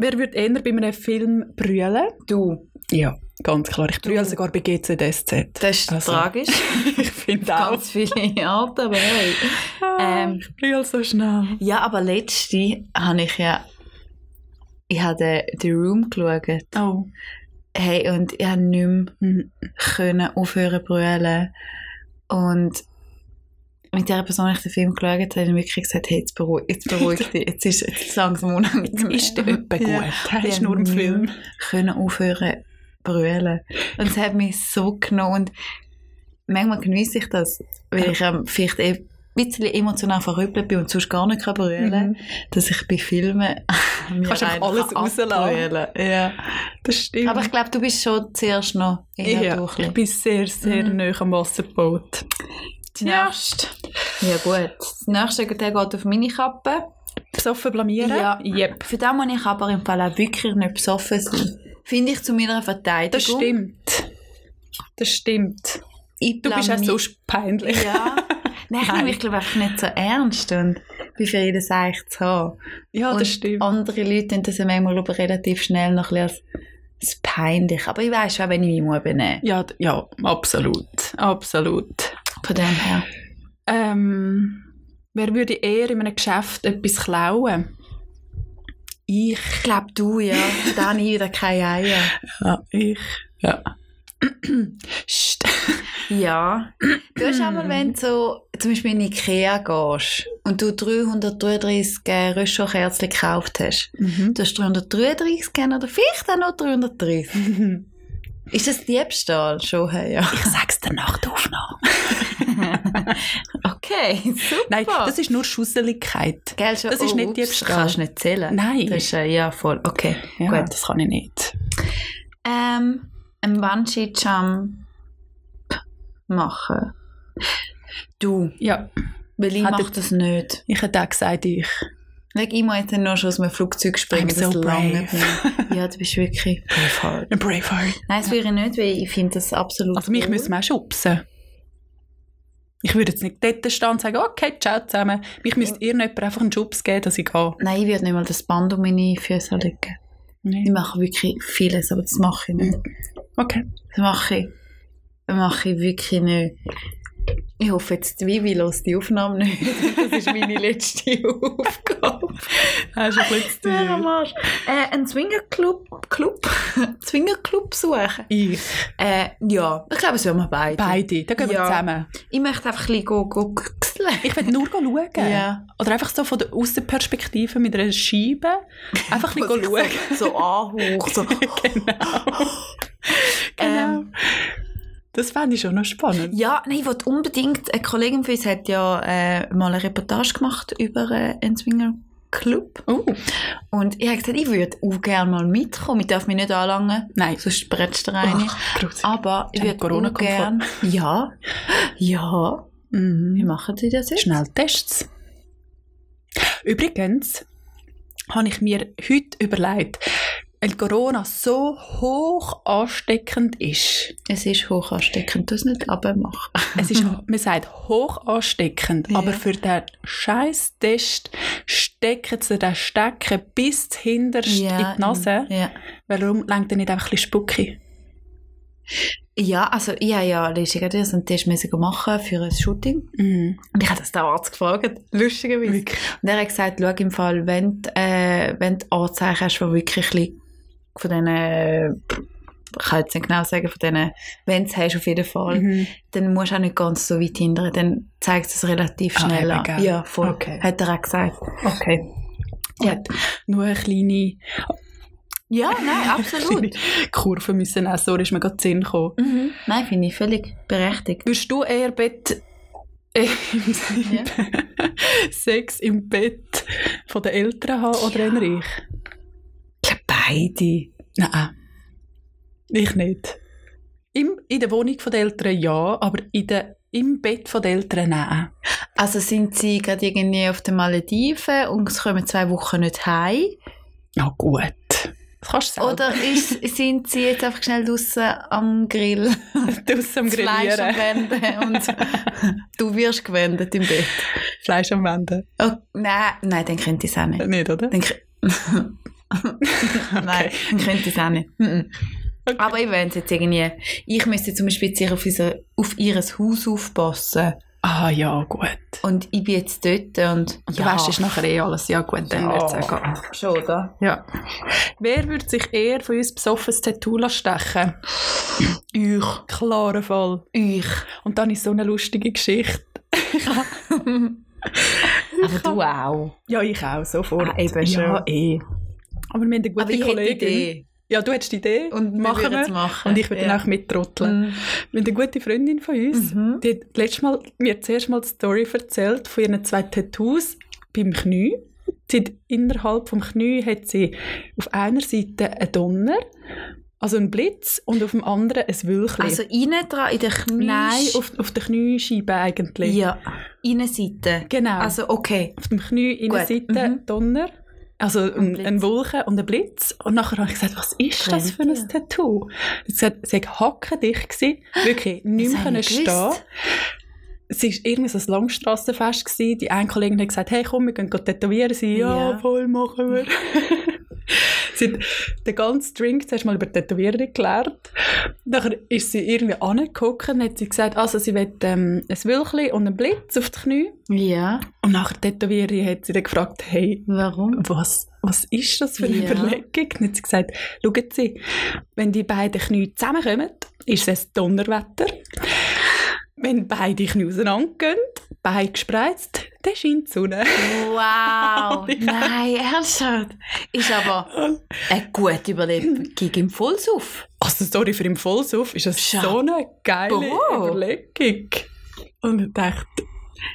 wer würde eher bei einem Film brüllen? Du, Ja, ganz klar. Ich brülle sogar bei GZSZ. das ist Also, tragisch. ich finde auch. Ganz viele Arten, aber hey. Ähm. ich brülle so schnell. Ja, aber letzte habe ich ja ich habe den- The Room geschaut. Oh. Hey, und ich habe nicht mehr Hm. können aufhören zu brüllen. Und mit der Person, die ich den Film geschaut habe, habe ich wirklich gesagt, hey, jetzt beruhig, jetzt beruhig dich, jetzt ist jetzt ist es langsam unangenehm. Ist der jemand gut? Ja. Der ist nur im Ja. Film. können aufhören zu brüllen. Und es hat mich so genommen. Und manchmal geniesse ich das, weil ich ähm, vielleicht eh ein bisschen emotional verrüppelt bin und sonst gar nicht kann brüllen Mhm. dass ich bei Filmen mir Kannst einfach alles rauslassen. abbrüllen. Ja. Das stimmt. Aber ich glaube, du bist schon zuerst noch in der ja, Mhm. ich bin sehr, sehr nah am Wasserboot. Ja. ja gut, das nächste der geht auf meine Kappe. Besoffen blamieren? Ja. Yep. Für das muss ich aber im Fall auch wirklich nicht besoffen sein. Finde ich zu meiner Verteidigung. Das stimmt. Das stimmt. Ich Du bist auch blamier- so peinlich. Ja. Nein, ich Nein. nehme ich glaube einfach nicht so ernst und bin für jedes eigentlich zu haben. Ja, und das stimmt. andere Leute tun das ja manchmal aber relativ schnell noch ein bisschen als, als peinlich. Aber ich weiß schon, wenn ich mich muss benehmen Ja, d- ja, absolut. Absolut. muss. Von dem her. Ähm, wer würde eher in einem Geschäft etwas klauen? Ich. Ich glaube, du, ja. Da habe ich wieder keine Eier. Ja, ich. Ja. St- Mhm. Ja. Du hast auch mal, wenn du so zum Beispiel in Ikea gehst und du 333 äh, Röschokerzchen gekauft hast, Mhm. du hast 333 gegeben oder vielleicht auch noch 330. Ist das Diebstahl schon? Hey, ja. Ich sag's dir nach der Aufnahme. Okay, super. Nein, das ist nur Schusseligkeit. Gell, schon, oh, das ist nicht ups, Diebstahl. kannst du nicht zählen. Nein. Das ist, äh, ja, voll. Okay, Ja. gut. das kann ich nicht. Ähm, ein Bungee-Jump machen. Du, Ja, weil ich Hat mach er- das nicht. ich hätte auch gesagt, ich. Schau, ich muss jetzt nicht noch schon aus einem Flugzeug springen. I'm so das langt brave. nicht. Ja, du bist wirklich braveheart. Ein Braveheart. Nein, das würde ich nicht, weil ich finde das absolut Also mich cool. müssen wir auch schubsen. Ich würde jetzt nicht dort stehen und sagen, okay, ciao zusammen. Mich müsst ihr nicht einfach einen Schubs geben, dass ich gehe. Nein, ich würde nicht mal das Band um meine Füße legen. Ich Nee. mache wirklich vieles, aber das mache ich nicht. Okay. Das mache ich. Das mache ich wirklich nicht. Ich hoffe jetzt, die Vivi hört die Aufnahme nicht. Das ist meine letzte Aufgabe. Hast du ein bisschen zu Ja, am tun. Arsch. Äh, einen Zwingerclub Club, Zwingerclub suchen? Ich. Äh, ja, ich glaube, es wären wir beide. Beide. Dann gehen wir Ja. zusammen. Ich möchte einfach ein bisschen go, go g'seln. Ich will nur schauen. Ja. Oder einfach so von der Außenperspektive mit einer Scheibe. Einfach ein bisschen schauen. So anhauch, so. Genau. ähm. Genau. das fände ich schon noch spannend. Ja, nein, ich wollte unbedingt, eine Kollegin von uns hat ja äh, mal eine Reportage gemacht über äh, einen Zwingerclub. Oh, Und ich habe gesagt, ich würde auch gerne mal mitkommen. Ich darf mich nicht anlangen, nein. sonst bretzt du rein. Ach, gruselig. Aber ich Dann würde auch Corona-konform. gerne... Ja, ja. Wie Ah, Mhm. machen Sie das jetzt? Schnelltests. Übrigens habe ich mir heute überlegt, weil Corona so hoch ansteckend ist. Es ist hoch ansteckend, das nicht abmachen. Es ist, man sagt, hoch ansteckend, Mhm. Ja. aber für den scheiß Test stecken sie den Stecken bis hinterst in die Nase. Ja. Warum lenkt er nicht einfach ein bisschen Spucki? ja, also ich habe ja lustigerweise einen Test müssen machen für ein Shooting. Mhm. Und ich habe das den Arzt gefragt, lustigerweise. Und er hat gesagt, schau im Fall, wenn du, äh, wenn du Anzeichen hast, die wirklich ein bisschen von diesen, äh, ich kann jetzt nicht genau sagen, von diesen, wenn du es hast auf jeden Fall, Mhm. dann musst du auch nicht ganz so weit hindern, dann zeigt es relativ Ah, schnell eben, an. gell? Ja, voll. Okay. Hat er auch gesagt. Okay. Ja. Nur eine kleine, Ja, nein, kleine absolut. Kurve müssen essen, so ist mir gerade in den Sinn gekommen. mhm. Nein, finde ich völlig berechtigt. Würdest du eher Bett äh, im- Ja. Sex im Bett von den Eltern haben oder Ja. eher ich? Ich glaube, beide. Nein. Ich nicht. Im, in der Wohnung von den Eltern ja, aber in der, im Bett von den Eltern nein. Also sind sie gerade irgendwie auf den Malediven und es kommen zwei Wochen nicht heim? Na gut. Das kannst du sagen. Oder ist, sind sie jetzt einfach schnell draußen am Grill, draussen am das Fleisch am Grillieren. Wenden und du wirst gewendet im Bett? Fleisch am Wenden. Oh, nein, nein, dann könnte ich es auch nicht. Nicht, oder? Dann kö- Nein, dann könnte ich es auch nicht. Mhm. Okay. Aber ich werde jetzt irgendwie, ich müsste zum Beispiel jetzt auf, unser, auf ihr Haus aufpassen Ah ja, gut. und ich bin jetzt dort und Und du weißt, ist nachher eh alles. Ja gut, dann wird's auch gehen. schon, oder? Ja. Wer würde sich eher von uns besoffenes Tattoo lassen stechen? Ich. Klarer Fall. Ich. Und dann ist so eine lustige Geschichte. Aber du auch. Ja, ich auch, sofort. Ah, eben ja, schon. eh. Aber wir haben eine gute Aber ich hätte die Kollegin. Idee. Ja, du hättest die Idee. Und wir machen würden's wir. machen. Und ich würde Ja. dann auch mittrotteln. Wir haben eine gute Freundin von uns, Mhm. die hat letztes Mal mir zuerst mal die Story erzählt von ihren zwei Tattoos beim Knie. Sie hat innerhalb vom Knie hat sie auf einer Seite einen Donner, also einen Blitz, und auf dem anderen ein Wülchli. Also innen dran, in der Knie. Nein, auf, auf der Kniescheibe eigentlich. Ja, Innenseite. Genau. Also okay. auf dem Knie in der Gut, Seite mhm. Donner. Also ein, Blitz. ein Wolken und ein Blitz. Und nachher habe ich gesagt, was ist das Trennt für ein ihr? Tattoo? Sie hat gesagt, sie war hackendicht, gewesen, wirklich nicht mehr habe können ich stehen. gewusst. Es war irgendwie so ein Langstrassenfest. Gewesen. Die eine Kollegin hat gesagt, hey komm, wir gehen tätowieren. Sie, ja, Ja. voll, machen wir. sie hat den ganzen Drink zuerst mal über Tätowieren geklärt. Nachher ist sie irgendwie angeguckt und hat sie gesagt, also sie will ähm, ein Wülchli und einen Blitz auf die Knie. Ja, Und nach der Tätowierung hat sie dann gefragt, hey, warum? was, was ist das für eine Ja. Überlegung? Und hat sie gesagt, schauen Sie, wenn die beiden Knie zusammenkommen, ist es ein Donnerwetter. Wenn beide Knie auseinandergehen, Bein gespreizt, dann scheint die Sonne. Wow! Nein, ernsthaft. Ist aber eine gute Überlegung im Vollsuff. Also sorry, für im Vollsuff ist das Schau. so eine geile Boah. Überlegung. Und ich dachte,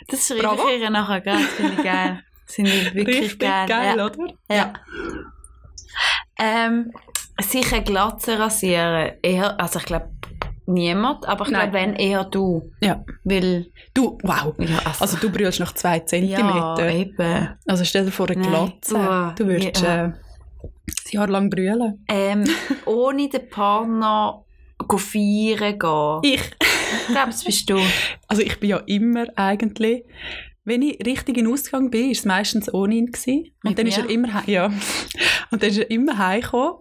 Das schreibe Bravo. ich ihr nachher gerade, finde ich geil. Sind die wirklich richtig geil. geil, ja. oder? Ja. Ähm, sicher Glatze rasieren. Eher, also ich glaube niemand, aber ich Nein. glaube wenn eher du. Ja. Weil, Du, wow. ja, Also du brüllst noch zwei ja, eh. Zentimeter. eben. also stell dir vor, eine Nein. Glatze. Uah. Du würdest Ja. äh, ein Jahr lang brüllen. Ähm, ohne den Partner go feiern gehen. Ich Ich glaube, das bist du. Also ich bin ja immer eigentlich, wenn ich richtig in den Ausgang bin, ist es meistens ohne ihn gewesen. Und Mit dann ist mir? er immer heim, ja. Und dann ist er immer heimgekommen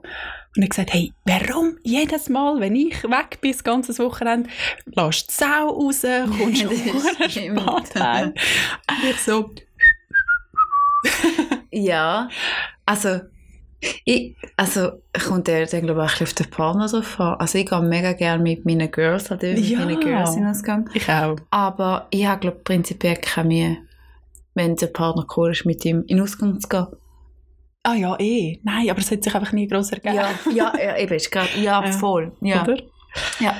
und hat gesagt, hey, warum jedes Mal, wenn ich weg bin, das ganze Wochenende, lässt die Sau raus, kommst Ja, das du verdammt stimmt. spät heim. Und ich so, Ja, also ich, also kommt der dann glaube ich auch ein bisschen auf den Partner drauf an. Also ich gehe mega gerne mit meinen Girls, halt eben Ja. mit meinen Girls in den Gang. ich auch. Aber ich habe glaube prinzipiell keine Mühe, wenn der Partner cool ist, mit ihm in den Ausgang zu gehen. Ah ja, eh. Nein, aber es hat sich einfach nie gross ergeben. ja, ja eben, ist gerade, ja, Ja. voll. Ja. Oder? Ja.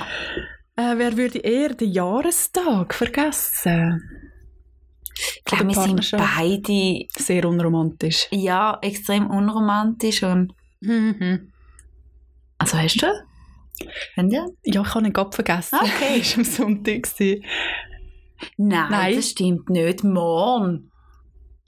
Äh, wer würde eher den Jahrestag vergessen? Ich glaube, wir sind Partnerschaft. beide Sehr unromantisch. ja, extrem unromantisch und Mhm. also hast du? Wenn ja? Ja, ich habe ihn gerade vergessen. Ah, Okay. Es war am Sonntag. gewesen. Nein, Nein. das stimmt nicht. Morgen.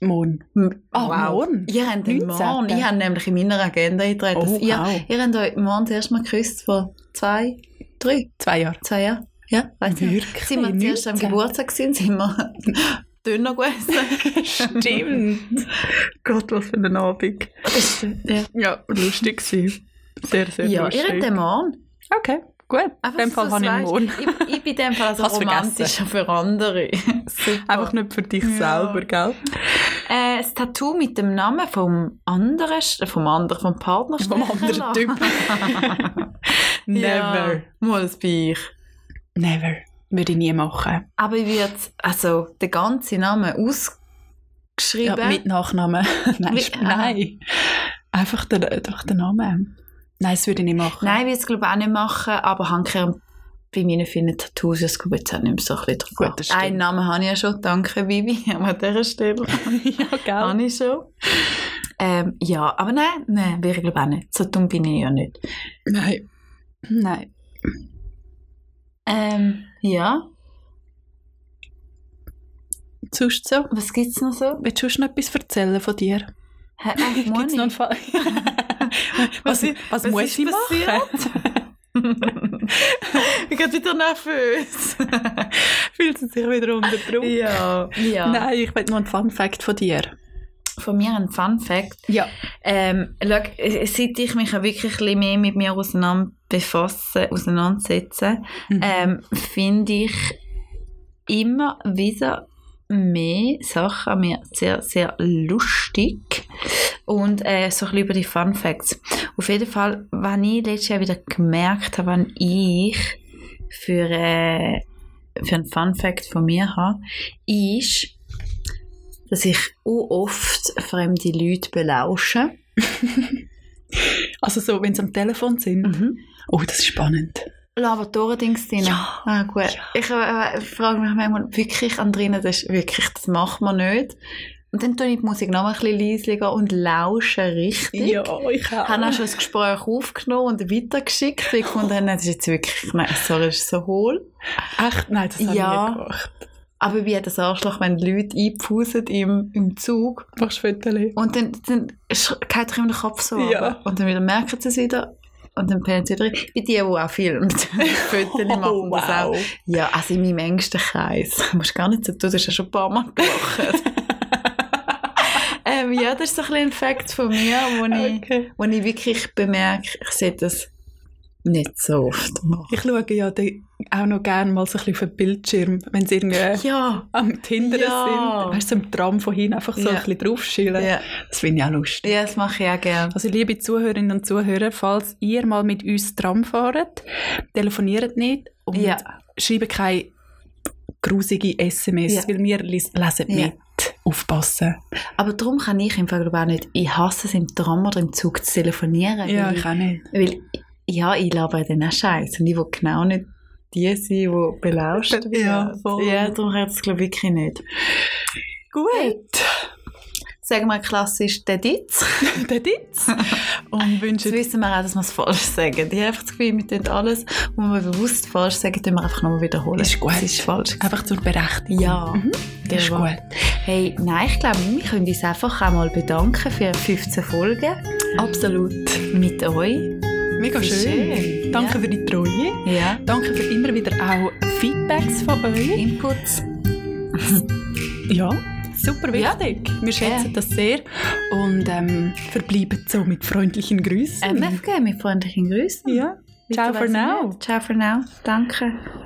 Morgen. Ah, morgen? Ihr habt den 19.. Morgen. Ich habe nämlich in meiner Agenda eingetragen. dass Oh, ihr, wow. ihr habt euch morgen zuerst mal geküsst vor zwei, drei, Zwei Jahre. zwei Jahren. Ja, weißt du. Wirklich? Sind wir zuerst am 19? Geburtstag gewesen, sind wir dünner gewesen. Stimmt. Gott, was für ein Abend. ja, Ja, lustig gewesen. Sehr, sehr ja ihr habt lustig. den Morgen. Okay, gut. Einfach, in dass dem Fall du's habe ich ihn weisst. morgen. Ich, ich bin in dem Fall also Hab's vergessen. romantischer für andere. Super. Einfach nicht für dich Ja. selber, gell? Äh, das Tattoo mit dem Namen vom anderen, Sch- äh, vom anderen, vom Partner. Vom stechen anderen lassen. Typ. Never. Ja, mal das Bier. Never. Würde ich nie machen. Aber ich würde also den ganzen Namen Ja, ausgeschrieben. mit Nachnamen. nein, Wie- sp- ah. nein. Einfach der, doch den Namen. Nein, das würde ich nicht machen. Nein, ich würde es glaube ich auch nicht machen, aber Hanker bei meinen vielen Tattoos ist glaube ich jetzt auch nicht mehr so ein bisschen Gut, drauf. das stimmt. Einen Namen habe ich ja schon, danke Bibi, an dieser Stelle. ja, gell? habe ich schon. Ähm, ja, aber nein, nein, wäre ich glaube auch nicht. So dumm bin ich ja nicht. Nein. Nein. Ähm, ja, Sonst so? was gibt es noch so? Willst du noch etwas erzählen von dir? Hä, äh, Gibt's Moni? noch einen Fall? was, was, was muss ist ich machen? ich bin wieder nervös. Fühlt sie sich wieder unter Druck? ja, ja. Nein, ich will noch einen Fun Fact von dir. Von mir ein Fun Fact. Ja. Ähm, schau, äh, seit ich mich ja wirklich ein bisschen mehr mit mir auseinander befasse, auseinandersetze, Mhm. ähm, finde ich immer wieder mehr Sachen an mir sehr, sehr lustig und äh, so ein bisschen über die Fun Facts. Auf jeden Fall, was ich letztes Jahr wieder gemerkt habe, was ich für, äh, für einen Fun Fact von mir habe, ist, dass ich auch oft fremde Leute belausche. Also so, wenn sie am Telefon sind. Mhm. Oh, das ist spannend. Laboratoren-Dings drin. Ja. Ah, gut. Ich äh, frage mich manchmal wirklich an drinnen, das ist wirklich, das macht man nicht. Und dann tue ich die Musik noch mal ein bisschen leiser und lausche richtig. ich Ich habe auch schon das Gespräch aufgenommen und weitergeschickt, weil ich gefunden habe, nein, das ist jetzt wirklich, nein, sorry, das ist so hohl. Echt? Nein, das habe Ja. ich nie gemacht. Aber wie hat das Arschloch, wenn die Leute einpfusen im, im Zug Machst du Fotos? und dann, dann sch- geht doch immer der Kopf so Ja. runter. Und dann wieder merken sie es wieder und dann pennen sie wieder rein. Bei die, die auch filmt, Fotos machen Oh, das auch. wow. Ja, also in meinem engsten Kreis. Du musst gar nicht so tun, das hast du schon ein paar Mal gelacht. ähm, ja, das ist so ein, bisschen ein Fakt von mir, wo, ich, Okay. wo ich wirklich bemerke, ich sehe das nicht so oft machen. Ich schaue ja dann auch noch gerne mal so ein bisschen auf den Bildschirm, wenn sie irgendwie Ja. am Tinder Ja. sind. Weißt du, so im Tram von hinten einfach so Ja. ein bisschen draufschillen. Ja. Das finde ich auch lustig. ja, das mache ich auch gerne. Also liebe Zuhörerinnen und Zuhörer, falls ihr mal mit uns Tram fahrt, telefoniert nicht und Ja. schreibt keine grusige SMS, Ja. weil wir les- lesen Ja. mit. Aufpassen. Aber darum kann ich im Fall glaube ich, auch nicht. Ich hasse es im Tram oder im Zug zu telefonieren. weil, auch nicht. weil ja, ich laber dann auch Scheiß und ich will genau nicht die sein, die belauscht wird. Ja, voll. Ja, darum kann ich das glaube ich wirklich nicht. Gut, Sagen wir klassisch den Ditz. der Ditz. Und Jetzt wünsche wissen wir auch, dass wir es falsch sagen. Ich habe einfach das Gefühl, wir tun alles, was wir bewusst falsch sagen, tun wir einfach nochmal wiederholen. Ist gut. Das ist falsch. einfach zur Berechtigung. Ja. Mhm. Der Ist war- gut. Hey, nein, ich glaube, wir können uns einfach auch mal bedanken für 15 Folgen Absolut. mit euch. Mega Ist schön. schön. Danke für die Treue. Ja. Danke für immer wieder auch Feedbacks von ja. euch. Inputs. Mhm. Ja, super Ja. wichtig. Wir schätzen das sehr und ähm, verbleiben so mit freundlichen Grüßen. MFG mit freundlichen Grüßen. Ja. Ciao Weiter for weiss ich now. nicht. Ciao for now. Danke.